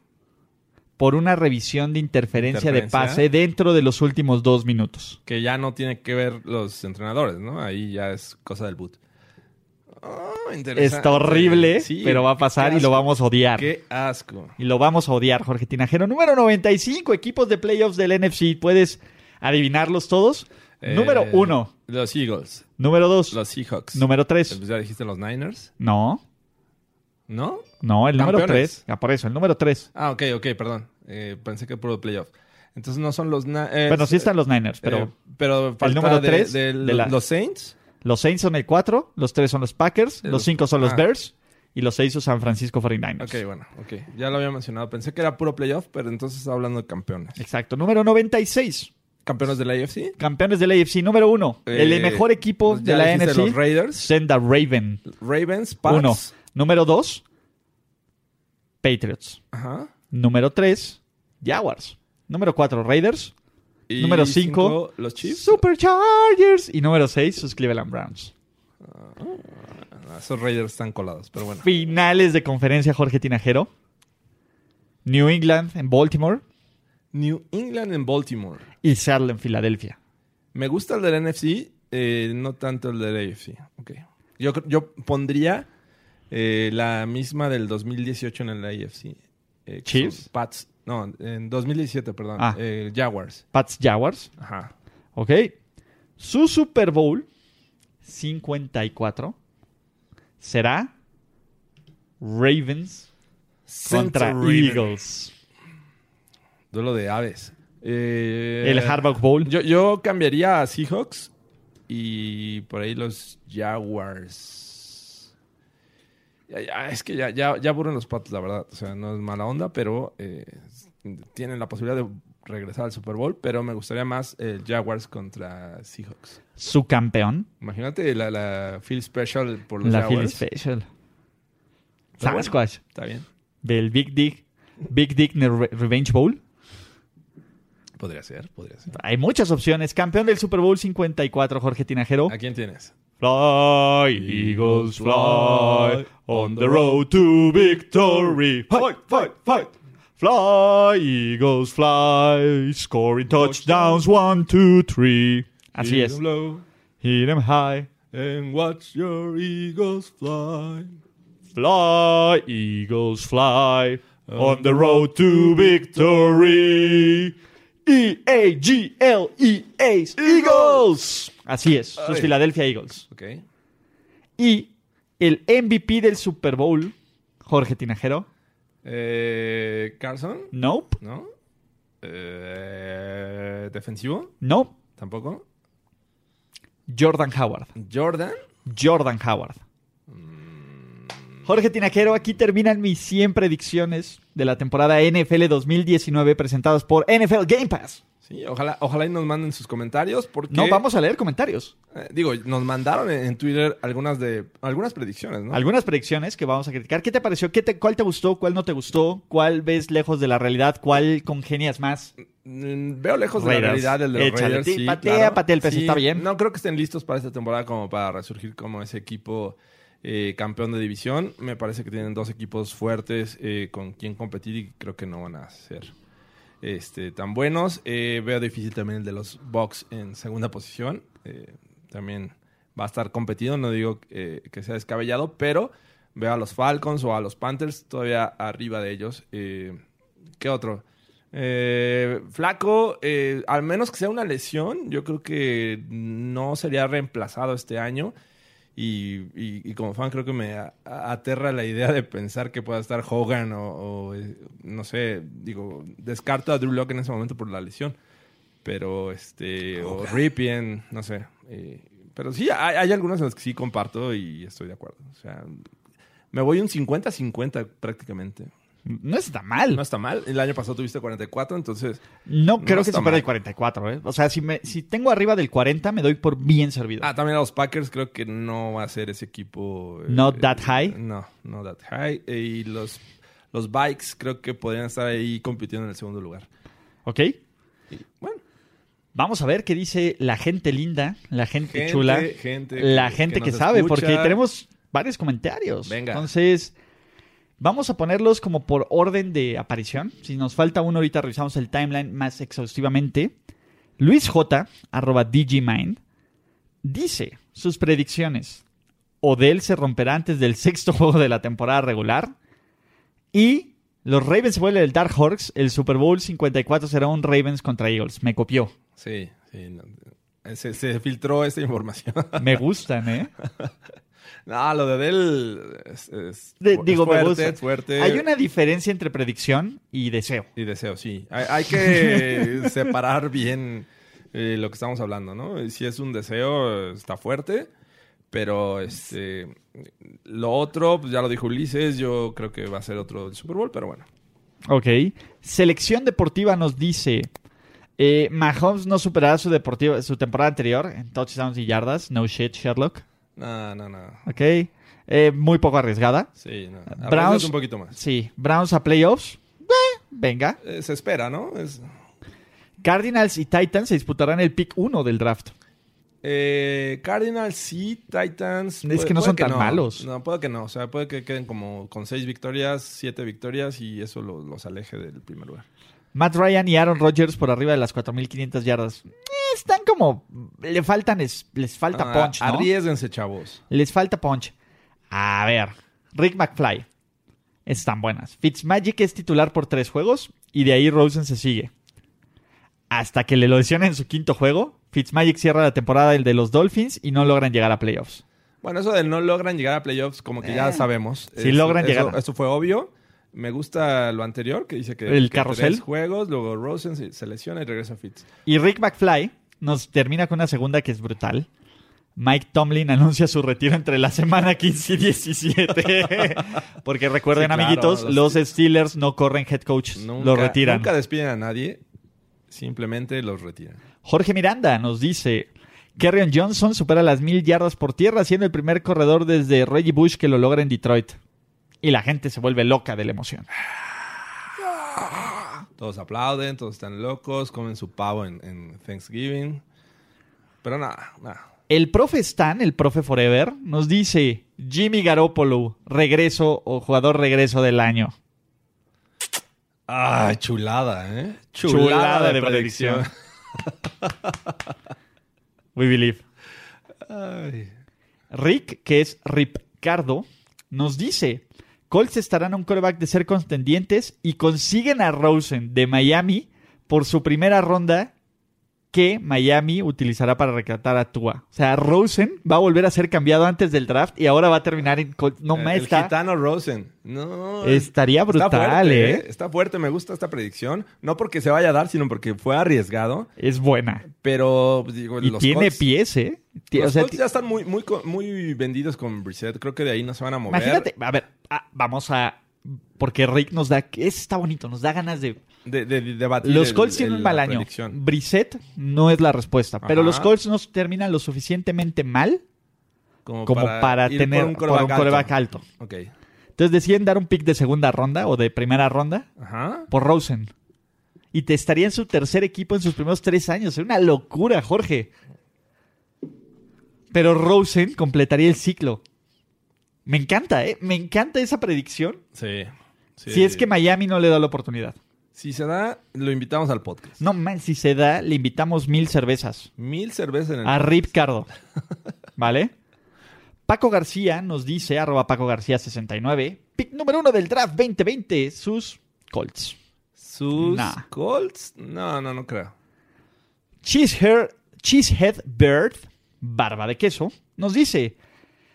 [SPEAKER 3] por una revisión de interferencia,
[SPEAKER 4] Interferencia.
[SPEAKER 3] de pase dentro de los últimos dos minutos.
[SPEAKER 4] Que ya no tiene que ver los entrenadores, ¿no? Ahí ya es cosa del boot. Ah, interesante.
[SPEAKER 3] Está horrible,
[SPEAKER 4] Sí,
[SPEAKER 3] pero va a
[SPEAKER 4] qué
[SPEAKER 3] pasar y
[SPEAKER 4] asco,
[SPEAKER 3] lo vamos a odiar.
[SPEAKER 4] Qué asco.
[SPEAKER 3] Y lo vamos a odiar, Jorge Tinajero. Número 95, equipos de playoffs del NFC. ¿Puedes adivinarlos todos? Número
[SPEAKER 4] Eh,
[SPEAKER 3] 1,
[SPEAKER 4] Los Eagles.
[SPEAKER 3] número 2,
[SPEAKER 4] Los Seahawks.
[SPEAKER 3] número 3.
[SPEAKER 4] Pues ya dijiste los Niners,
[SPEAKER 3] No,
[SPEAKER 4] ¿no?
[SPEAKER 3] no, el número
[SPEAKER 4] Campeones.
[SPEAKER 3] 3. Por eso, el número 3.
[SPEAKER 4] Ah, ok, ok, perdón. Eh, pensé que puro playoff. Entonces no son los... na- eh,
[SPEAKER 3] Bueno, sí están los Niners,
[SPEAKER 4] eh,
[SPEAKER 3] pero...
[SPEAKER 4] pero falta
[SPEAKER 3] número
[SPEAKER 4] de-
[SPEAKER 3] tres
[SPEAKER 4] de,
[SPEAKER 3] de
[SPEAKER 4] los-
[SPEAKER 3] la-
[SPEAKER 4] los Saints.
[SPEAKER 3] Los Saints son el 4, los 3 son los Packers,
[SPEAKER 4] Eh,
[SPEAKER 3] los
[SPEAKER 4] los-
[SPEAKER 3] 5 son los
[SPEAKER 4] ah.
[SPEAKER 3] Bears y los 6 son San Francisco 49ers.
[SPEAKER 4] Ok, bueno, ok. Ya lo había mencionado. Pensé que era puro playoff, pero entonces estaba hablando de campeones.
[SPEAKER 3] Exacto. Número 96.
[SPEAKER 4] Campeones de la AFC.
[SPEAKER 3] Campeones del AFC número uno.
[SPEAKER 4] Eh,
[SPEAKER 3] el mejor equipo
[SPEAKER 4] pues
[SPEAKER 3] de
[SPEAKER 4] ya
[SPEAKER 3] la
[SPEAKER 4] dijiste
[SPEAKER 3] NFC.
[SPEAKER 4] Los Raiders,
[SPEAKER 3] Senda Raven.
[SPEAKER 4] Ravens, Pats.
[SPEAKER 3] Uno. Número dos. Patriots.
[SPEAKER 4] Ajá.
[SPEAKER 3] Número tres. Jaguars. Número cuatro. Raiders.
[SPEAKER 4] Y
[SPEAKER 3] Número cinco,
[SPEAKER 4] cinco, los Chiefs.
[SPEAKER 3] Superchargers. Y número seis. Sus Cleveland Browns.
[SPEAKER 4] Ah, esos Raiders están colados, pero bueno.
[SPEAKER 3] Finales de conferencia Jorge Tinajero. New England en Baltimore.
[SPEAKER 4] New England en Baltimore.
[SPEAKER 3] Y Seattle en Filadelfia.
[SPEAKER 4] Me gusta el del NFC, eh, no tanto el del AFC. Ok. Yo, cr- yo pondría eh, la misma del 2018 en el AFC. Eh, que
[SPEAKER 3] ¿Chiefs?
[SPEAKER 4] son Pats. No, en 2017, perdón.
[SPEAKER 3] Ah.
[SPEAKER 4] Eh, Jaguars.
[SPEAKER 3] Pats Jaguars.
[SPEAKER 4] Ajá.
[SPEAKER 3] Ok. Su Super Bowl 54 será Ravens contra
[SPEAKER 4] Saints Raven.
[SPEAKER 3] Eagles.
[SPEAKER 4] Duelo de aves. Eh,
[SPEAKER 3] El Harbaugh Bowl.
[SPEAKER 4] Yo, yo cambiaría a Seahawks y por ahí los Jaguars. Ya, ya, es que ya, ya, ya aburren los patos, la verdad. O sea, no es mala onda, pero eh, tienen la posibilidad de regresar al Super Bowl. Pero me gustaría más el Jaguars contra Seahawks.
[SPEAKER 3] su campeón,
[SPEAKER 4] Imagínate la, la Feel Special por los
[SPEAKER 3] la Philly
[SPEAKER 4] Jaguars.
[SPEAKER 3] Special.
[SPEAKER 4] Está bueno.
[SPEAKER 3] Sasquatch
[SPEAKER 4] Está bien.
[SPEAKER 3] del Big Dick Big Dick Ne- Re- Revenge Bowl.
[SPEAKER 4] Podría ser, podría ser.
[SPEAKER 3] Hay muchas opciones. Campeón del Super Bowl 54, Jorge Tinajero.
[SPEAKER 4] ¿A quién tienes?
[SPEAKER 3] Fly, Eagles, fly on the road to victory. Fight, fight, fight. Fly, Eagles, fly, scoring touchdowns, one, two, three. Así es.
[SPEAKER 4] Blow
[SPEAKER 3] Hit 'em high.
[SPEAKER 4] 'em and watch your Eagles fly.
[SPEAKER 3] Fly, Eagles, fly on the road to victory. E E-A-G-L-E-A, E Eagles. Así es, sus
[SPEAKER 4] Ay.
[SPEAKER 3] Philadelphia Eagles.
[SPEAKER 4] Ok.
[SPEAKER 3] Y el MVP del Super Bowl, Jorge Tinajero.
[SPEAKER 4] Eh, Carson.
[SPEAKER 3] Nope,
[SPEAKER 4] ¿No? Eh, ¿Defensivo?
[SPEAKER 3] nope.
[SPEAKER 4] ¿Tampoco?
[SPEAKER 3] Jordan Howard.
[SPEAKER 4] ¿Jordan?
[SPEAKER 3] Jordan Howard. Jorge Tinajero, aquí terminan mis 100 predicciones de la temporada NFL 2019 presentadas por NFL Game Pass.
[SPEAKER 4] Sí, ojalá, ojalá y nos manden sus comentarios porque...
[SPEAKER 3] No, vamos a leer comentarios.
[SPEAKER 4] eh, digo, nos mandaron en, en Twitter algunas de... Algunas predicciones, ¿no?
[SPEAKER 3] Algunas predicciones que vamos a criticar. ¿Qué te pareció? ¿Qué te- ¿Cuál te gustó? ¿Cuál no te gustó? ¿Cuál ves lejos de la realidad? ¿Cuál congenias más?
[SPEAKER 4] Mm, Veo lejos de la
[SPEAKER 3] Raiders.
[SPEAKER 4] realidad el de los
[SPEAKER 3] Échale,
[SPEAKER 4] Raiders,
[SPEAKER 3] ti-
[SPEAKER 4] sí,
[SPEAKER 3] patea,
[SPEAKER 4] claro.
[SPEAKER 3] patea el pez,
[SPEAKER 4] Sí,
[SPEAKER 3] está bien.
[SPEAKER 4] No creo que estén listos para esta temporada como para resurgir como ese equipo eh, campeón de división. Me parece que tienen dos equipos fuertes eh, con quien competir y creo que no van a ser este, tan buenos. Eh, veo difícil también el de los Bucks en segunda posición. Eh, también va a estar competido, no digo eh, que sea descabellado, pero veo a los Falcons o a los Panthers todavía arriba de ellos. Eh, ¿Qué otro? Eh, flaco, eh, al menos que sea una lesión, yo creo que no sería reemplazado este año. Y, y- y como fan creo que me a- a- aterra la idea de pensar que pueda estar Hogan o, o, eh, no sé, digo, descarto a Drew Locke en ese momento por la lesión. Pero este, o Ripien, no sé. eh, pero sí, hay, hay algunas en las que sí comparto y estoy de acuerdo. O sea, me voy un 50-50 prácticamente.
[SPEAKER 3] No está mal.
[SPEAKER 4] No
[SPEAKER 3] No,
[SPEAKER 4] está mal. El año pasado tuviste 44, entonces.
[SPEAKER 3] creo
[SPEAKER 4] no
[SPEAKER 3] que
[SPEAKER 4] está
[SPEAKER 3] supera
[SPEAKER 4] mal.
[SPEAKER 3] el 44, ¿eh? O sea, si, me, si tengo arriba del 40, me doy por bien servido.
[SPEAKER 4] Ah, también a los Packers creo que no va a ser ese equipo. eh,
[SPEAKER 3] Not that high.
[SPEAKER 4] No, not that high. Eh, Y los, los Bikes creo que podrían estar ahí compitiendo en el segundo lugar.
[SPEAKER 3] ¿Ok?
[SPEAKER 4] Bueno,
[SPEAKER 3] Vamos a ver qué dice la gente linda, la gente,
[SPEAKER 4] Gente,
[SPEAKER 3] chula,
[SPEAKER 4] gente
[SPEAKER 3] la
[SPEAKER 4] que-
[SPEAKER 3] gente
[SPEAKER 4] que
[SPEAKER 3] que,
[SPEAKER 4] nos
[SPEAKER 3] sabe,
[SPEAKER 4] escucha.
[SPEAKER 3] porque tenemos varios comentarios.
[SPEAKER 4] Venga.
[SPEAKER 3] Entonces, vamos a ponerlos como por orden de aparición. Si nos falta uno, ahorita revisamos el timeline más exhaustivamente. Luis J, arroba Digimind, dice sus predicciones. Odell se romperá antes del sexto (laughs) juego de la temporada regular. Y los Ravens se vuelven el Dark Horse. El Super Bowl 54 será un Ravens contra Eagles. Me copió.
[SPEAKER 4] sí, sí. no, eh, se, se filtró esta información. (laughs)
[SPEAKER 3] Me gustan, ¿eh?
[SPEAKER 4] no, lo de Adel es, (laughs) es
[SPEAKER 3] De-
[SPEAKER 4] fu-
[SPEAKER 3] digo,
[SPEAKER 4] es
[SPEAKER 3] me
[SPEAKER 4] fuerte,
[SPEAKER 3] gusta.
[SPEAKER 4] es fuerte.
[SPEAKER 3] Hay una diferencia entre predicción y deseo.
[SPEAKER 4] Y deseo, sí. Hay,
[SPEAKER 3] (laughs)
[SPEAKER 4] hay que separar bien eh, lo que estamos hablando, ¿no? Si es un deseo, eh, está fuerte, pero este lo otro, pues ya lo dijo Ulises, yo creo que va a ser otro del Super Bowl, pero bueno.
[SPEAKER 3] Ok. Selección Deportiva nos dice: Eh, Mahomes no superará su, deportivo, su temporada anterior en touchdowns y yardas. No shit, Sherlock.
[SPEAKER 4] No, no, no.
[SPEAKER 3] Ok. Eh, muy poco arriesgada.
[SPEAKER 4] Sí, no.
[SPEAKER 3] Browns-
[SPEAKER 4] Browns. un poquito más.
[SPEAKER 3] Sí. Browns a playoffs. Eh, venga.
[SPEAKER 4] Eh, se espera, ¿no? Es-
[SPEAKER 3] Cardinals y Titans se disputarán el pick 1 del draft.
[SPEAKER 4] eh, Cardinals sí,
[SPEAKER 3] Es
[SPEAKER 4] Titans. puede-
[SPEAKER 3] que no
[SPEAKER 4] puede
[SPEAKER 3] son tan malos.
[SPEAKER 4] No, puede que no. O sea, puede que queden como con seis victorias, siete victorias y eso lo- los aleje del primer lugar.
[SPEAKER 3] Matt Ryan y Aaron Rodgers por arriba de las 4.500 yardas. Eh, están como... Le faltan... es- les falta
[SPEAKER 4] Ah,
[SPEAKER 3] punch, ¿no?
[SPEAKER 4] Arriesguense, chavos.
[SPEAKER 3] Les falta punch. A ver, Rick McFly. Están buenas. Fitzmagic es titular por tres juegos y de ahí Rosen se sigue. Hasta que le lo lesionan en su quinto juego, Fitzmagic cierra la temporada el de los Dolphins y no logran llegar a playoffs.
[SPEAKER 4] Bueno, eso de no logran llegar a playoffs, como que ya sabemos.
[SPEAKER 3] Eh. Sí
[SPEAKER 4] Eso-
[SPEAKER 3] logran
[SPEAKER 4] eso-
[SPEAKER 3] llegar.
[SPEAKER 4] Eso fue obvio. Me gusta lo anterior, que dice que.
[SPEAKER 3] El
[SPEAKER 4] que
[SPEAKER 3] carrusel.
[SPEAKER 4] tres juegos, luego Rosen se, se lesiona y regresa Fitz.
[SPEAKER 3] Y Rick McFly nos termina con una segunda que es brutal. Mike Tomlin anuncia su retiro entre la semana 15 y
[SPEAKER 4] (laughs)
[SPEAKER 3] 17. Porque recuerden,
[SPEAKER 4] Sí, claro,
[SPEAKER 3] amiguitos, los,
[SPEAKER 4] los-
[SPEAKER 3] Steelers no corren head coach,
[SPEAKER 4] Nunca,
[SPEAKER 3] lo retiran.
[SPEAKER 4] Nunca despiden a nadie, simplemente los retiran.
[SPEAKER 3] Jorge Miranda nos dice: Kerrion Johnson supera las mil yardas por tierra, siendo el primer corredor desde Reggie Bush que lo logra en Detroit. Y la gente se vuelve loca de la emoción.
[SPEAKER 4] Todos aplauden, todos están locos, comen su pavo en, en Thanksgiving. Pero nada, nada.
[SPEAKER 3] El profe Stan, el profe Forever, nos dice: Jimmy Garoppolo, regreso o jugador regreso del año.
[SPEAKER 4] Ah, chulada, ¿eh?
[SPEAKER 3] Chulada de We believe.
[SPEAKER 4] Ay.
[SPEAKER 3] Rick, que es Ricardo, nos dice: Colts estarán a un coreback de ser contendientes y consiguen a Rosen de Miami por su primera ronda que Miami utilizará para recatar a Tua. O sea, Rosen va a volver a ser cambiado antes del draft y ahora va a terminar en Colts. No,
[SPEAKER 4] Eh,
[SPEAKER 3] ma,
[SPEAKER 4] el
[SPEAKER 3] está-
[SPEAKER 4] gitano Rosen. No.
[SPEAKER 3] estaría brutal,
[SPEAKER 4] fuerte,
[SPEAKER 3] ¿eh?
[SPEAKER 4] Está fuerte, me gusta esta predicción. No porque se vaya a dar, sino porque fue arriesgado.
[SPEAKER 3] Es buena.
[SPEAKER 4] Pero, pues, digo,
[SPEAKER 3] Y
[SPEAKER 4] los
[SPEAKER 3] tiene
[SPEAKER 4] Colts-
[SPEAKER 3] pies, ¿eh? Ti-
[SPEAKER 4] Los
[SPEAKER 3] o sea,
[SPEAKER 4] Colts
[SPEAKER 3] ti-
[SPEAKER 4] ya están muy, muy, co- muy vendidos con Brissett. Creo que de ahí no se van a mover.
[SPEAKER 3] imagínate, a ver, ah, vamos a. Porque Rick nos da. Ese está bonito, nos da ganas de.
[SPEAKER 4] De, de- de debatir
[SPEAKER 3] Los
[SPEAKER 4] el-
[SPEAKER 3] Colts tienen
[SPEAKER 4] el-
[SPEAKER 3] un mal
[SPEAKER 4] la
[SPEAKER 3] año.
[SPEAKER 4] predicción.
[SPEAKER 3] Brissett no es la respuesta. Pero
[SPEAKER 4] Ajá.
[SPEAKER 3] los Colts no terminan lo suficientemente mal como para,
[SPEAKER 4] ir
[SPEAKER 3] tener
[SPEAKER 4] por
[SPEAKER 3] por un
[SPEAKER 4] quarterback
[SPEAKER 3] coreback
[SPEAKER 4] alto.
[SPEAKER 3] alto.
[SPEAKER 4] Ok.
[SPEAKER 3] Entonces deciden dar un pick de segunda ronda o de primera ronda
[SPEAKER 4] Ajá.
[SPEAKER 3] por Rosen. Y te estaría en su tercer equipo en sus primeros tres años. Es una locura, Jorge. Pero Rosen completaría el ciclo. Me encanta, ¿eh? Me encanta esa predicción.
[SPEAKER 4] Sí.
[SPEAKER 3] Si es que Miami no le da la oportunidad.
[SPEAKER 4] Si se da, lo invitamos al podcast.
[SPEAKER 3] No, man, si se da, le invitamos mil cervezas.
[SPEAKER 4] Mil cervezas en el.
[SPEAKER 3] A Rip Cardo. ¿Vale? Paco García nos dice, arroba Paco García 69, pick número uno del draft 2020, sus Colts.
[SPEAKER 4] Sus
[SPEAKER 3] Nah.
[SPEAKER 4] Colts. No, no, no creo.
[SPEAKER 3] Cheesehead, Cheesehead Bird, barba de queso, nos dice,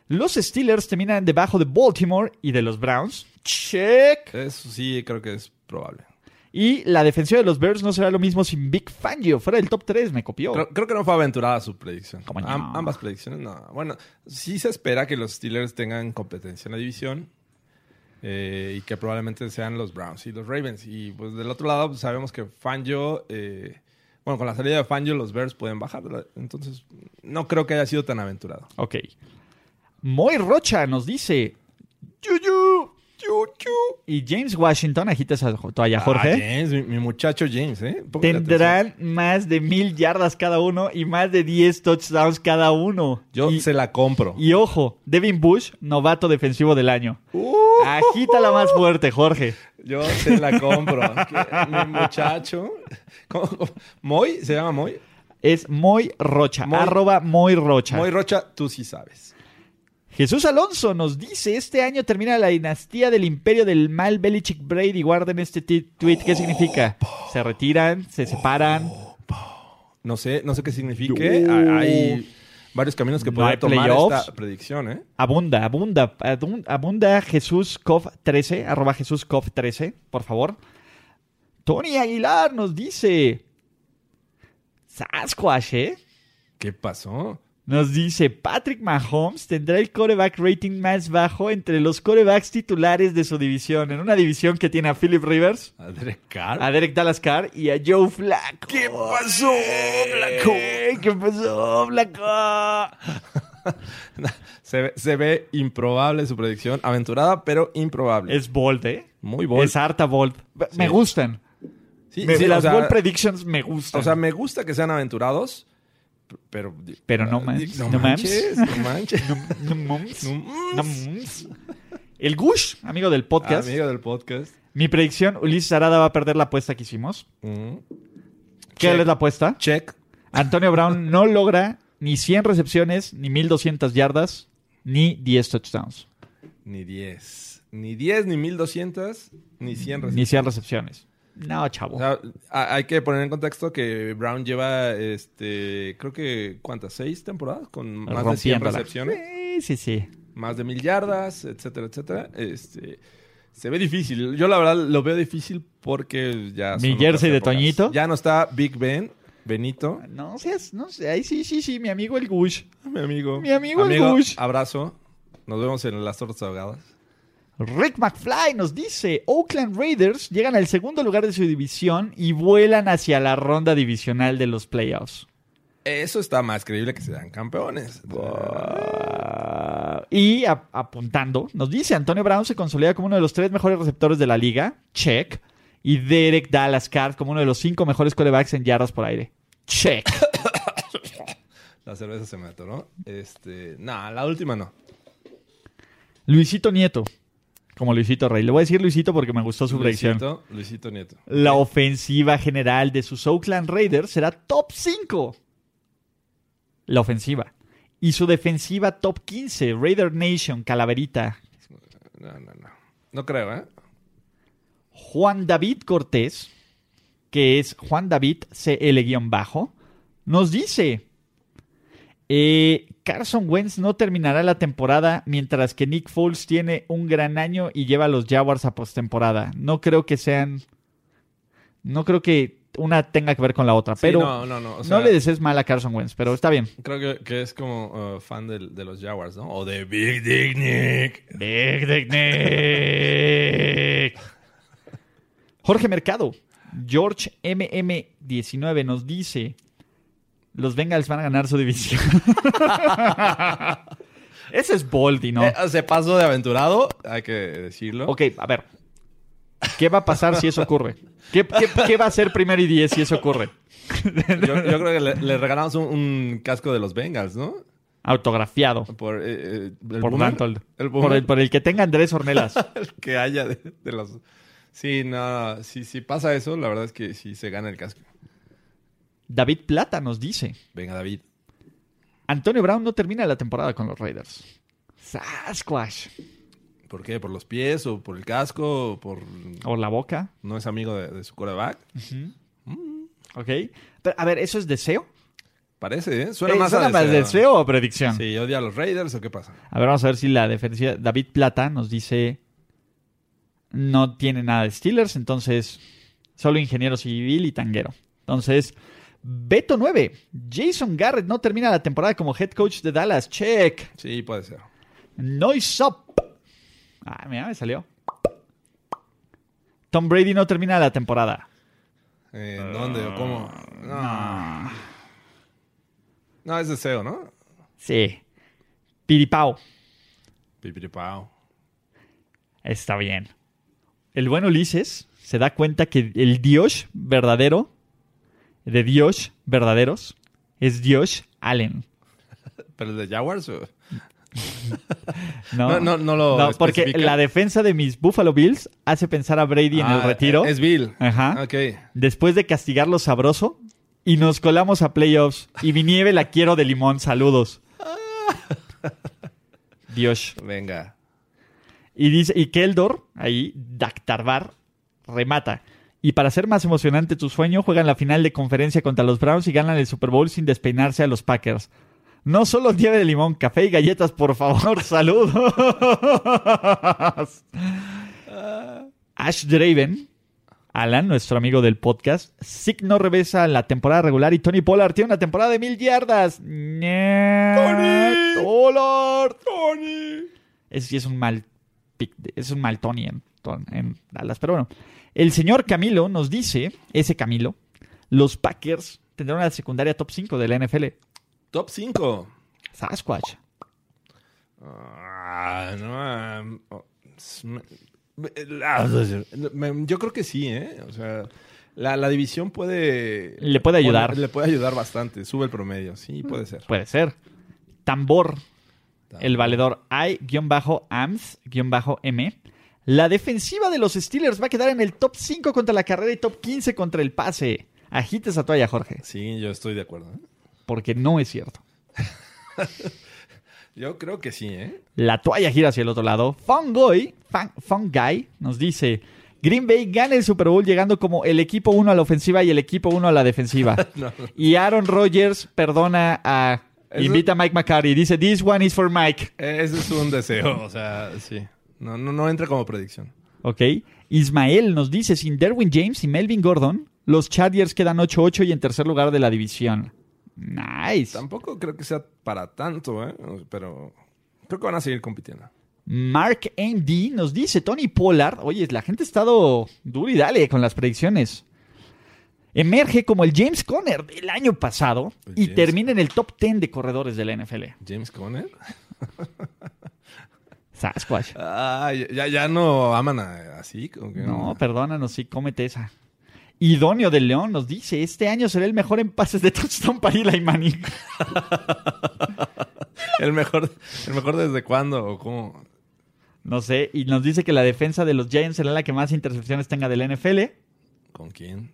[SPEAKER 3] los Steelers terminan debajo de Baltimore y de los Browns. Check.
[SPEAKER 4] Eso sí, creo que es probable.
[SPEAKER 3] Y la defensiva de los Bears no será lo mismo sin Big Fangio, fuera del top 3, me copió.
[SPEAKER 4] Creo, creo que no fue aventurada su predicción.
[SPEAKER 3] ¿Cómo no?
[SPEAKER 4] Am- ambas predicciones, no. Bueno, sí se espera que los Steelers tengan competencia en la división eh, y que probablemente sean los Browns y los Ravens. Y pues del otro lado pues, sabemos que Fangio, eh, bueno, con la salida de Fangio los Bears pueden bajar. ¿verdad? Entonces, no creo que haya sido tan aventurado.
[SPEAKER 3] Ok. Moy Rocha nos dice. Yuyu, yuyu. Y James Washington, agita esa jo- toalla,
[SPEAKER 4] Ah,
[SPEAKER 3] Jorge.
[SPEAKER 4] James, mi, mi muchacho James, ¿eh? Póngale atención.
[SPEAKER 3] Tendrán más de mil yardas cada uno y más de 10 touchdowns cada uno.
[SPEAKER 4] Yo
[SPEAKER 3] y,
[SPEAKER 4] se la compro.
[SPEAKER 3] y ojo, Devin Bush, novato defensivo del año. Agítala más fuerte, Jorge.
[SPEAKER 4] Uh. Yo se la compro. (laughs) Que mi muchacho. ¿Cómo- cómo? ¿Moy? ¿Se llama Moy?
[SPEAKER 3] Es Moy Rocha.
[SPEAKER 4] Moy-
[SPEAKER 3] arroba Moy Rocha.
[SPEAKER 4] Moy Rocha, tú sí sabes.
[SPEAKER 3] Jesús Alonso nos dice, este año termina la dinastía del imperio del mal Belichick Brady. Guarden este ti- tweet. ¿Qué significa? Se retiran, se separan,
[SPEAKER 4] No sé, no sé qué signifique. Ha- Hay varios caminos que
[SPEAKER 3] No hay
[SPEAKER 4] podría tomar
[SPEAKER 3] playoffs.
[SPEAKER 4] esta predicción, ¿eh?
[SPEAKER 3] abunda, abunda, adun- abunda Jesús Cov 13, arroba Jesús Cov 13, por favor. Tony Aguilar nos dice, Sasquatch, ¿eh?
[SPEAKER 4] ¿Qué pasó?
[SPEAKER 3] Nos dice, Patrick Mahomes tendrá el coreback rating más bajo entre los corebacks titulares de su división. En una división que tiene a Philip Rivers,
[SPEAKER 4] A Derek Carr.
[SPEAKER 3] a Derek Dallas Carr y a Joe Flacco. ¿Qué pasó, Flaco? ¿Qué pasó, Flaco?
[SPEAKER 4] (laughs) Se, ve- se ve improbable su predicción. Aventurada, pero improbable.
[SPEAKER 3] Es bold, ¿eh?
[SPEAKER 4] Muy bold.
[SPEAKER 3] Es harta bold. Me
[SPEAKER 4] Sí.
[SPEAKER 3] gustan.
[SPEAKER 4] Sí,
[SPEAKER 3] Me-
[SPEAKER 4] sí,
[SPEAKER 3] las
[SPEAKER 4] o sea,
[SPEAKER 3] bold predictions me gustan.
[SPEAKER 4] o sea, me gusta que sean aventurados, p- pero...
[SPEAKER 3] Pero no manches,
[SPEAKER 4] No
[SPEAKER 3] no
[SPEAKER 4] manches,
[SPEAKER 3] (laughs)
[SPEAKER 4] no manches.
[SPEAKER 3] No mums,
[SPEAKER 4] No
[SPEAKER 3] no mums. El Gush, amigo del podcast.
[SPEAKER 4] Amigo del podcast.
[SPEAKER 3] Mi predicción, Ulises Arada va a perder la apuesta que hicimos.
[SPEAKER 4] Mm.
[SPEAKER 3] ¿Qué
[SPEAKER 4] Check.
[SPEAKER 3] es la apuesta?
[SPEAKER 4] Check.
[SPEAKER 3] Antonio Brown no logra ni 100 recepciones, ni 1200 yardas, ni 10 touchdowns,
[SPEAKER 4] Ni 10. Ni 10, ni 1200, ni 100
[SPEAKER 3] ni 100 recepciones. No, chavo.
[SPEAKER 4] O sea, a- hay que poner en contexto que Brown lleva, este, creo que, ¿cuántas? ¿Seis temporadas? Con más de 100
[SPEAKER 3] Rompiéndola.
[SPEAKER 4] recepciones,
[SPEAKER 3] Sí, sí, sí.
[SPEAKER 4] más de mil yardas, etcétera, etcétera. Este, se ve difícil. Yo, la verdad, lo veo difícil porque ya.
[SPEAKER 3] Mi
[SPEAKER 4] son
[SPEAKER 3] jersey
[SPEAKER 4] otras
[SPEAKER 3] de
[SPEAKER 4] épocas.
[SPEAKER 3] Toñito.
[SPEAKER 4] Ya no está Big Ben, Benito,
[SPEAKER 3] No seas, no sé. Ahí sí, sí, sí, mi amigo el Gush.
[SPEAKER 4] mi amigo.
[SPEAKER 3] Mi amigo el Gush.
[SPEAKER 4] Abrazo. Nos vemos en las tortas ahogadas.
[SPEAKER 3] Rick McFly nos dice, Oakland Raiders llegan al segundo lugar de su división y vuelan hacia la ronda divisional de los playoffs.
[SPEAKER 4] Eso está más creíble que sean campeones.
[SPEAKER 3] Ah, y a- apuntando, nos dice, Antonio Brown se consolida como uno de los tres mejores receptores de la liga, check, y Derek Dallas Carr como uno de los cinco mejores corebacks en yardas por aire. Check.
[SPEAKER 4] La cerveza se me atoró. Este, no, la última no.
[SPEAKER 3] Luisito Nieto, como Luisito Rey. Le voy a decir Luisito porque me gustó su predicción.
[SPEAKER 4] Luisito, Luisito Nieto.
[SPEAKER 3] La ofensiva general de sus Oakland Raiders será top 5. La ofensiva. Y su defensiva top 15. Raider Nation, Calaverita.
[SPEAKER 4] No, no, no. No creo, ¿eh?
[SPEAKER 3] Juan David Cortés, que es Juan David CL-bajo, nos dice... eh, Carson Wentz no terminará la temporada mientras que Nick Foles tiene un gran año y lleva a los Jaguars a postemporada. No creo que sean... No creo que una tenga que ver con la otra, pero...
[SPEAKER 4] Sí, no, no, no. o sea,
[SPEAKER 3] no le desees mal a Carson Wentz, pero está bien.
[SPEAKER 4] Creo que, que es como uh, fan del- de, los Jaguars, ¿no? O de Big Dick Nick.
[SPEAKER 3] Jorge Mercado, George MM19 nos dice: Los Bengals van a ganar su
[SPEAKER 4] (laughs)
[SPEAKER 3] división. Ese es Boldy, ¿no?
[SPEAKER 4] Eh, se pasó de aventurado, hay que decirlo.
[SPEAKER 3] Ok, a ver. ¿Qué va a pasar si eso ocurre? ¿Qué, qué- qué va a ser primero y diez si eso ocurre?
[SPEAKER 4] Yo, yo creo que le, le regalamos un, un casco de los Bengals, ¿no?
[SPEAKER 3] Autografiado
[SPEAKER 4] Por, eh, eh, el
[SPEAKER 3] por
[SPEAKER 4] boomer.
[SPEAKER 3] Dantold.
[SPEAKER 4] El,
[SPEAKER 3] Por el, por el que tenga Andrés Ornelas.
[SPEAKER 4] que haya de, de los... Sí, no, si sí, sí pasa eso, la verdad es que sí se gana el casco.
[SPEAKER 3] David Plata nos dice:
[SPEAKER 4] Venga, David.
[SPEAKER 3] Antonio Brown no termina la temporada con los Raiders. Sasquatch.
[SPEAKER 4] ¿Por qué? ¿Por los pies o por el casco? o por
[SPEAKER 3] O la boca. Mm,
[SPEAKER 4] no es amigo de, de su coreback?
[SPEAKER 3] Ok. Pero, a ver, ¿eso es deseo?
[SPEAKER 4] Parece, ¿eh? Suena
[SPEAKER 3] Eh,
[SPEAKER 4] más
[SPEAKER 3] ¿suena
[SPEAKER 4] a
[SPEAKER 3] más deseo o predicción?
[SPEAKER 4] Sí, odia a los Raiders o qué pasa.
[SPEAKER 3] A ver, vamos a ver si la defensiva. David Plata nos dice. No tiene nada de Steelers, entonces. Solo ingeniero civil y tanguero. Entonces. Beto 9. Jason Garrett no termina la temporada como head coach de Dallas. Check.
[SPEAKER 4] Sí, puede ser.
[SPEAKER 3] Noise Up. Ah, mira, me salió. Tom Brady no termina la temporada.
[SPEAKER 4] Eh, ¿en ¿Dónde o cómo? No.
[SPEAKER 3] Ah,
[SPEAKER 4] No, es deseo, ¿no?
[SPEAKER 3] Sí. Piripao.
[SPEAKER 4] Pipiripao.
[SPEAKER 3] Está bien. El buen Ulises se da cuenta que el Dios verdadero, de Dios verdaderos, es Dios Allen.
[SPEAKER 4] ¿Pero el de Jaguars? o-
[SPEAKER 3] No,
[SPEAKER 4] No, no, no lo
[SPEAKER 3] No, porque
[SPEAKER 4] especifica.
[SPEAKER 3] la defensa de mis Buffalo Bills hace pensar a Brady en
[SPEAKER 4] Ah,
[SPEAKER 3] el retiro.
[SPEAKER 4] Es Bill.
[SPEAKER 3] Ajá.
[SPEAKER 4] Ok.
[SPEAKER 3] Después de castigarlo sabroso y nos colamos a playoffs. Y mi nieve la quiero de limón.
[SPEAKER 4] (laughs)
[SPEAKER 3] Saludos. Dios.
[SPEAKER 4] Venga.
[SPEAKER 3] Y dice, y Keldor, ahí, Dactarbar, remata. Y para hacer más emocionante tu sueño, juegan la final de conferencia contra los Browns y ganan el Super Bowl sin despeinarse a los Packers. No solo nieve de limón, café y galletas, por favor, (laughs) saludos. Ash Draven, Alan, nuestro amigo del podcast. Zig no regresa a la temporada regular y Tony Pollard tiene una temporada de mil yardas. ¡Tony! ¡Pollard! ¡Tony! Ese sí es un mal pick, es un mal Tony en, en Dallas. Pero bueno, el señor Camilo nos dice, ese Camilo, los Packers tendrán una secundaria top 5 de la NFL.
[SPEAKER 4] Top 5.
[SPEAKER 3] Sasquatch.
[SPEAKER 4] Ah, no, ah, oh, me- me- me- Yo creo que sí, ¿eh? O sea, la, la división puede...
[SPEAKER 3] Le puede ayudar.
[SPEAKER 4] le puede ayudar bastante. Sube el promedio. Sí, puede ser.
[SPEAKER 3] Puede ser. Tambor, el valedor I-AMS-M. La defensiva de los Steelers va a quedar en el top 5 contra la carrera y top 15 contra el pase. Agita esa toalla, Jorge,
[SPEAKER 4] Sí, yo estoy de acuerdo. ¿eh?
[SPEAKER 3] porque no es cierto.
[SPEAKER 4] Yo creo que sí, ¿eh?
[SPEAKER 3] La toalla gira hacia el otro lado. Fungoy, Fun, Fungi nos dice, Green Bay gana el Super Bowl llegando como el equipo 1 a la ofensiva y el equipo 1 a la
[SPEAKER 4] (laughs)
[SPEAKER 3] defensiva. Y Aaron Rodgers perdona a...
[SPEAKER 4] Eso-
[SPEAKER 3] Invita a Mike McCarthy. Dice, this one is for Mike.
[SPEAKER 4] Ese es un deseo, o sea, sí. No, no, no entra como predicción.
[SPEAKER 3] Ok. Ismael nos dice, sin Derwin James y Melvin Gordon, los Chargers quedan 8-8 y en tercer lugar de la división. Nice.
[SPEAKER 4] Tampoco creo que sea para tanto, ¿eh? O- Pero creo que van a seguir compitiendo.
[SPEAKER 3] Mark MD nos dice, Tony Pollard, oye, la gente ha estado dura y dale con las predicciones. Emerge como el James Conner del año pasado
[SPEAKER 4] El
[SPEAKER 3] y
[SPEAKER 4] James
[SPEAKER 3] termina en el top 10 de corredores de la NFL.
[SPEAKER 4] ¿James Conner?
[SPEAKER 3] Sasquatch.
[SPEAKER 4] Ah, ya- ya, ya no aman a- así. como que
[SPEAKER 3] No, perdónanos, sí, cómete esa. Idóneo del León nos dice, este año será el mejor en pases de touchdown para Eli Manning. (laughs)
[SPEAKER 4] El mejor, el mejor desde cuándo o cómo.
[SPEAKER 3] No sé, y nos dice que la defensa de los Giants será la que más intercepciones tenga del NFL.
[SPEAKER 4] ¿Con quién?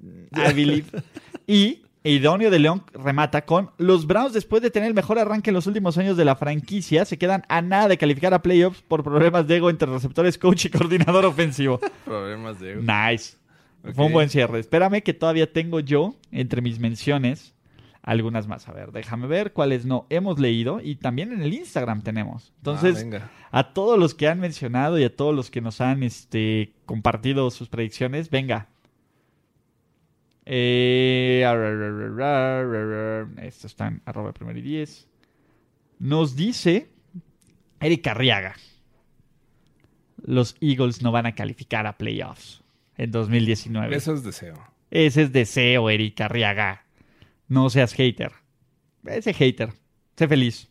[SPEAKER 3] I believe. (laughs) Y Idóneo de León remata con los Browns, después de tener el mejor arranque en los últimos años de la franquicia, se quedan a nada de calificar a playoffs por problemas de ego entre receptores, coach y coordinador
[SPEAKER 4] (laughs)
[SPEAKER 3] ofensivo.
[SPEAKER 4] Problemas de...
[SPEAKER 3] Nice.
[SPEAKER 4] Ok.
[SPEAKER 3] Fue un buen cierre. Espérame que todavía tengo yo entre mis menciones algunas más. A ver, déjame ver cuáles no hemos leído y también en el Instagram tenemos.
[SPEAKER 4] Ah,
[SPEAKER 3] Entonces,
[SPEAKER 4] venga.
[SPEAKER 3] a todos los que han mencionado y a todos los que nos han este, compartido sus predicciones, venga. Eh, arra, arra, arra, arra, arra. esto está en arroba primero y diez. Nos dice Eric Arriaga. Los Eagles no van a calificar a playoffs en 2019.
[SPEAKER 4] Eso es deseo.
[SPEAKER 3] Ese es deseo, Erika Arriaga. No seas hater. Ese hater. Sé feliz.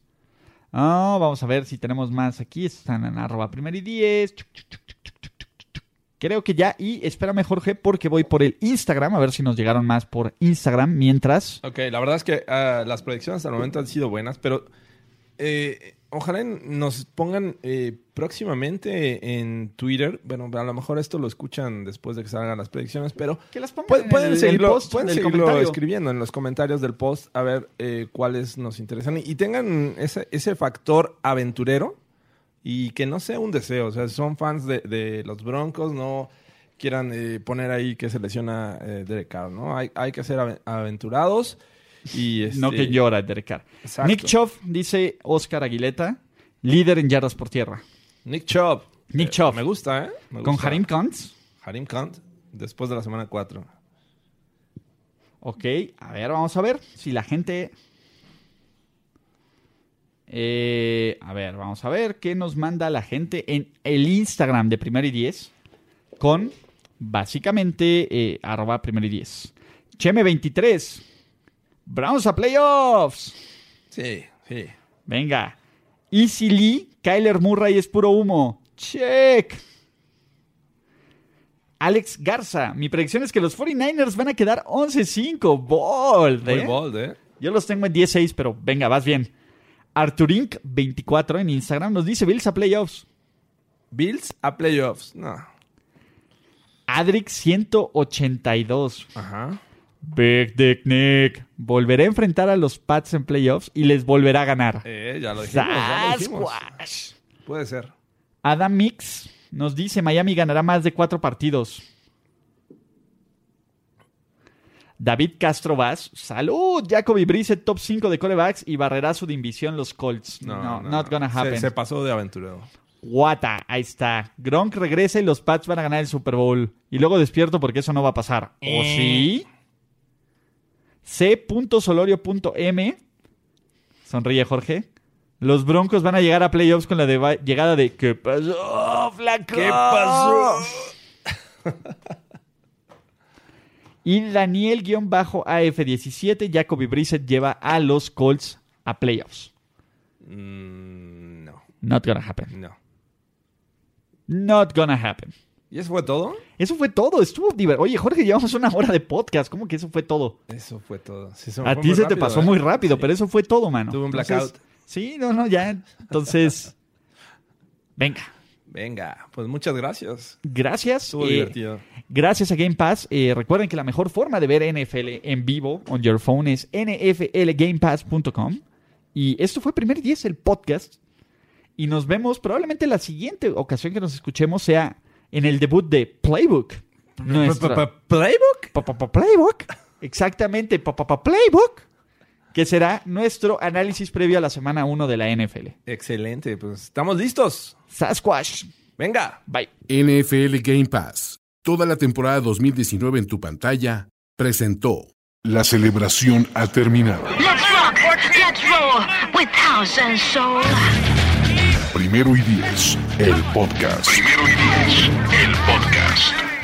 [SPEAKER 3] Ah, vamos a ver si tenemos más aquí. Están en arroba primero y diez. Chuc, chuc, chuc, chuc, chuc, chuc, chuc, chuc. Creo que ya. Y espérame, Jorge, porque voy por el Instagram. A ver si nos llegaron más por Instagram. Mientras.
[SPEAKER 4] Ok, la verdad es que ah, las predicciones hasta el momento han sido buenas, pero eh, ojalá en- nos pongan eh, próximamente en Twitter. Bueno, a lo mejor esto lo escuchan después de que salgan las predicciones, pero
[SPEAKER 3] Que las pongan
[SPEAKER 4] Pu-
[SPEAKER 3] en
[SPEAKER 4] pueden
[SPEAKER 3] el- el
[SPEAKER 4] seguirlo,
[SPEAKER 3] post, en
[SPEAKER 4] pueden
[SPEAKER 3] el
[SPEAKER 4] seguirlo
[SPEAKER 3] comentario.
[SPEAKER 4] escribiendo en los comentarios del post a ver eh, cuáles nos interesan. Y- Y tengan ese, ese factor aventurero y que no sea un deseo. O sea, son fans de, de los Broncos, no quieran eh, poner ahí que se lesiona eh, Derek Carr, ¿no? Hay, hay que ser ave- aventurados y...
[SPEAKER 3] No
[SPEAKER 4] este,
[SPEAKER 3] que llora, Derek Carr.
[SPEAKER 4] Exacto.
[SPEAKER 3] Nick Choff, dice Oscar Aguileta, líder en yardas por tierra.
[SPEAKER 4] Nick Chubb.
[SPEAKER 3] Nick Chubb.
[SPEAKER 4] Me gusta, ¿eh? Me
[SPEAKER 3] Con
[SPEAKER 4] gusta.
[SPEAKER 3] Harim Kantz.
[SPEAKER 4] Harim Kant, después de la semana 4.
[SPEAKER 3] Ok, a ver, vamos a ver si la gente... Eh, a ver, vamos a ver qué nos manda la gente en el Instagram de Primero y Diez con básicamente eh, arroba Primero y Diez. Cheme23, Browns a playoffs.
[SPEAKER 4] Sí, sí.
[SPEAKER 3] Venga. Easy Lee, Kyler Murray es puro humo. Check. Alex Garza, mi predicción es que los 49ers van a quedar 11-5. Bold,
[SPEAKER 4] Muy
[SPEAKER 3] ¿eh?
[SPEAKER 4] bold, ¿eh?
[SPEAKER 3] Yo los tengo en 16, pero venga, vas bien. Arturink24 en Instagram nos dice Bills a playoffs.
[SPEAKER 4] Bills a playoffs. No.
[SPEAKER 3] Adric182.
[SPEAKER 4] Ajá.
[SPEAKER 3] Big Dick Nick. Volveré a enfrentar a los Pats en playoffs y les volverá a ganar. Ah,
[SPEAKER 4] Eh, ya lo dijimos. ya lo dijimos.
[SPEAKER 3] Sasquatch.
[SPEAKER 4] Puede ser.
[SPEAKER 3] Adam Mix nos dice Miami ganará más de cuatro partidos. David Castro Vaz, salud. Jacoby Brissett, top 5 de corebacks y barrerá su división los Colts. No, not gonna
[SPEAKER 4] Se,
[SPEAKER 3] happen.
[SPEAKER 4] se pasó de aventurero.
[SPEAKER 3] Guata, ahí está. Gronk regresa y los Pats van a ganar el Super Bowl. Y luego despierto porque eso no va a pasar. ¿O sí? C.solorio.m Sonríe Jorge. Los Broncos van a llegar a playoffs con la deva- llegada de ¿Qué pasó, flaco? ¿Qué pasó? y Daniel-AF17, Jacoby Brissett lleva a los Colts a playoffs.
[SPEAKER 4] Mm, no,
[SPEAKER 3] Not gonna happen.
[SPEAKER 4] no.
[SPEAKER 3] Not gonna happen.
[SPEAKER 4] ¿Y eso fue todo?
[SPEAKER 3] Eso fue todo. Estuvo divertido. Oye, Jorge, llevamos una hora de podcast. ¿Cómo que eso fue todo?
[SPEAKER 4] Eso fue todo. Sí, se me
[SPEAKER 3] A
[SPEAKER 4] fue
[SPEAKER 3] ti
[SPEAKER 4] muy
[SPEAKER 3] se te
[SPEAKER 4] rápido,
[SPEAKER 3] pasó
[SPEAKER 4] ¿eh?
[SPEAKER 3] muy rápido, pero eso fue todo, mano.
[SPEAKER 4] Tuve un
[SPEAKER 3] Entonces,
[SPEAKER 4] blackout.
[SPEAKER 3] sí, no, no, ya.
[SPEAKER 4] (laughs)
[SPEAKER 3] Entonces, venga.
[SPEAKER 4] Venga, pues muchas gracias.
[SPEAKER 3] Gracias.
[SPEAKER 4] Estuvo
[SPEAKER 3] eh,
[SPEAKER 4] divertido.
[SPEAKER 3] Gracias a Game Pass. Eh, recuerden que la mejor forma de ver NFL en vivo on your phone es nflgamepass.com. Y esto fue Primer 10, el podcast. Y nos vemos probablemente la siguiente ocasión que nos escuchemos sea en el debut de Playbook. Nuestra-
[SPEAKER 4] ¿Playbook?
[SPEAKER 3] Pa- pa- pa- Playbook. Exactamente, pa- pa- pa- Playbook. Que será nuestro análisis previo a la semana 1 de la NFL.
[SPEAKER 4] Excelente, pues estamos listos.
[SPEAKER 3] Sasquatch.
[SPEAKER 4] Venga.
[SPEAKER 3] Bye.
[SPEAKER 5] NFL Game Pass, toda la temporada 2019 en tu pantalla, presentó.
[SPEAKER 2] La celebración ha terminado.
[SPEAKER 6] Let's rock, let's roll with house and soul.
[SPEAKER 2] Primero y diez, el podcast. Primero y diez, el podcast.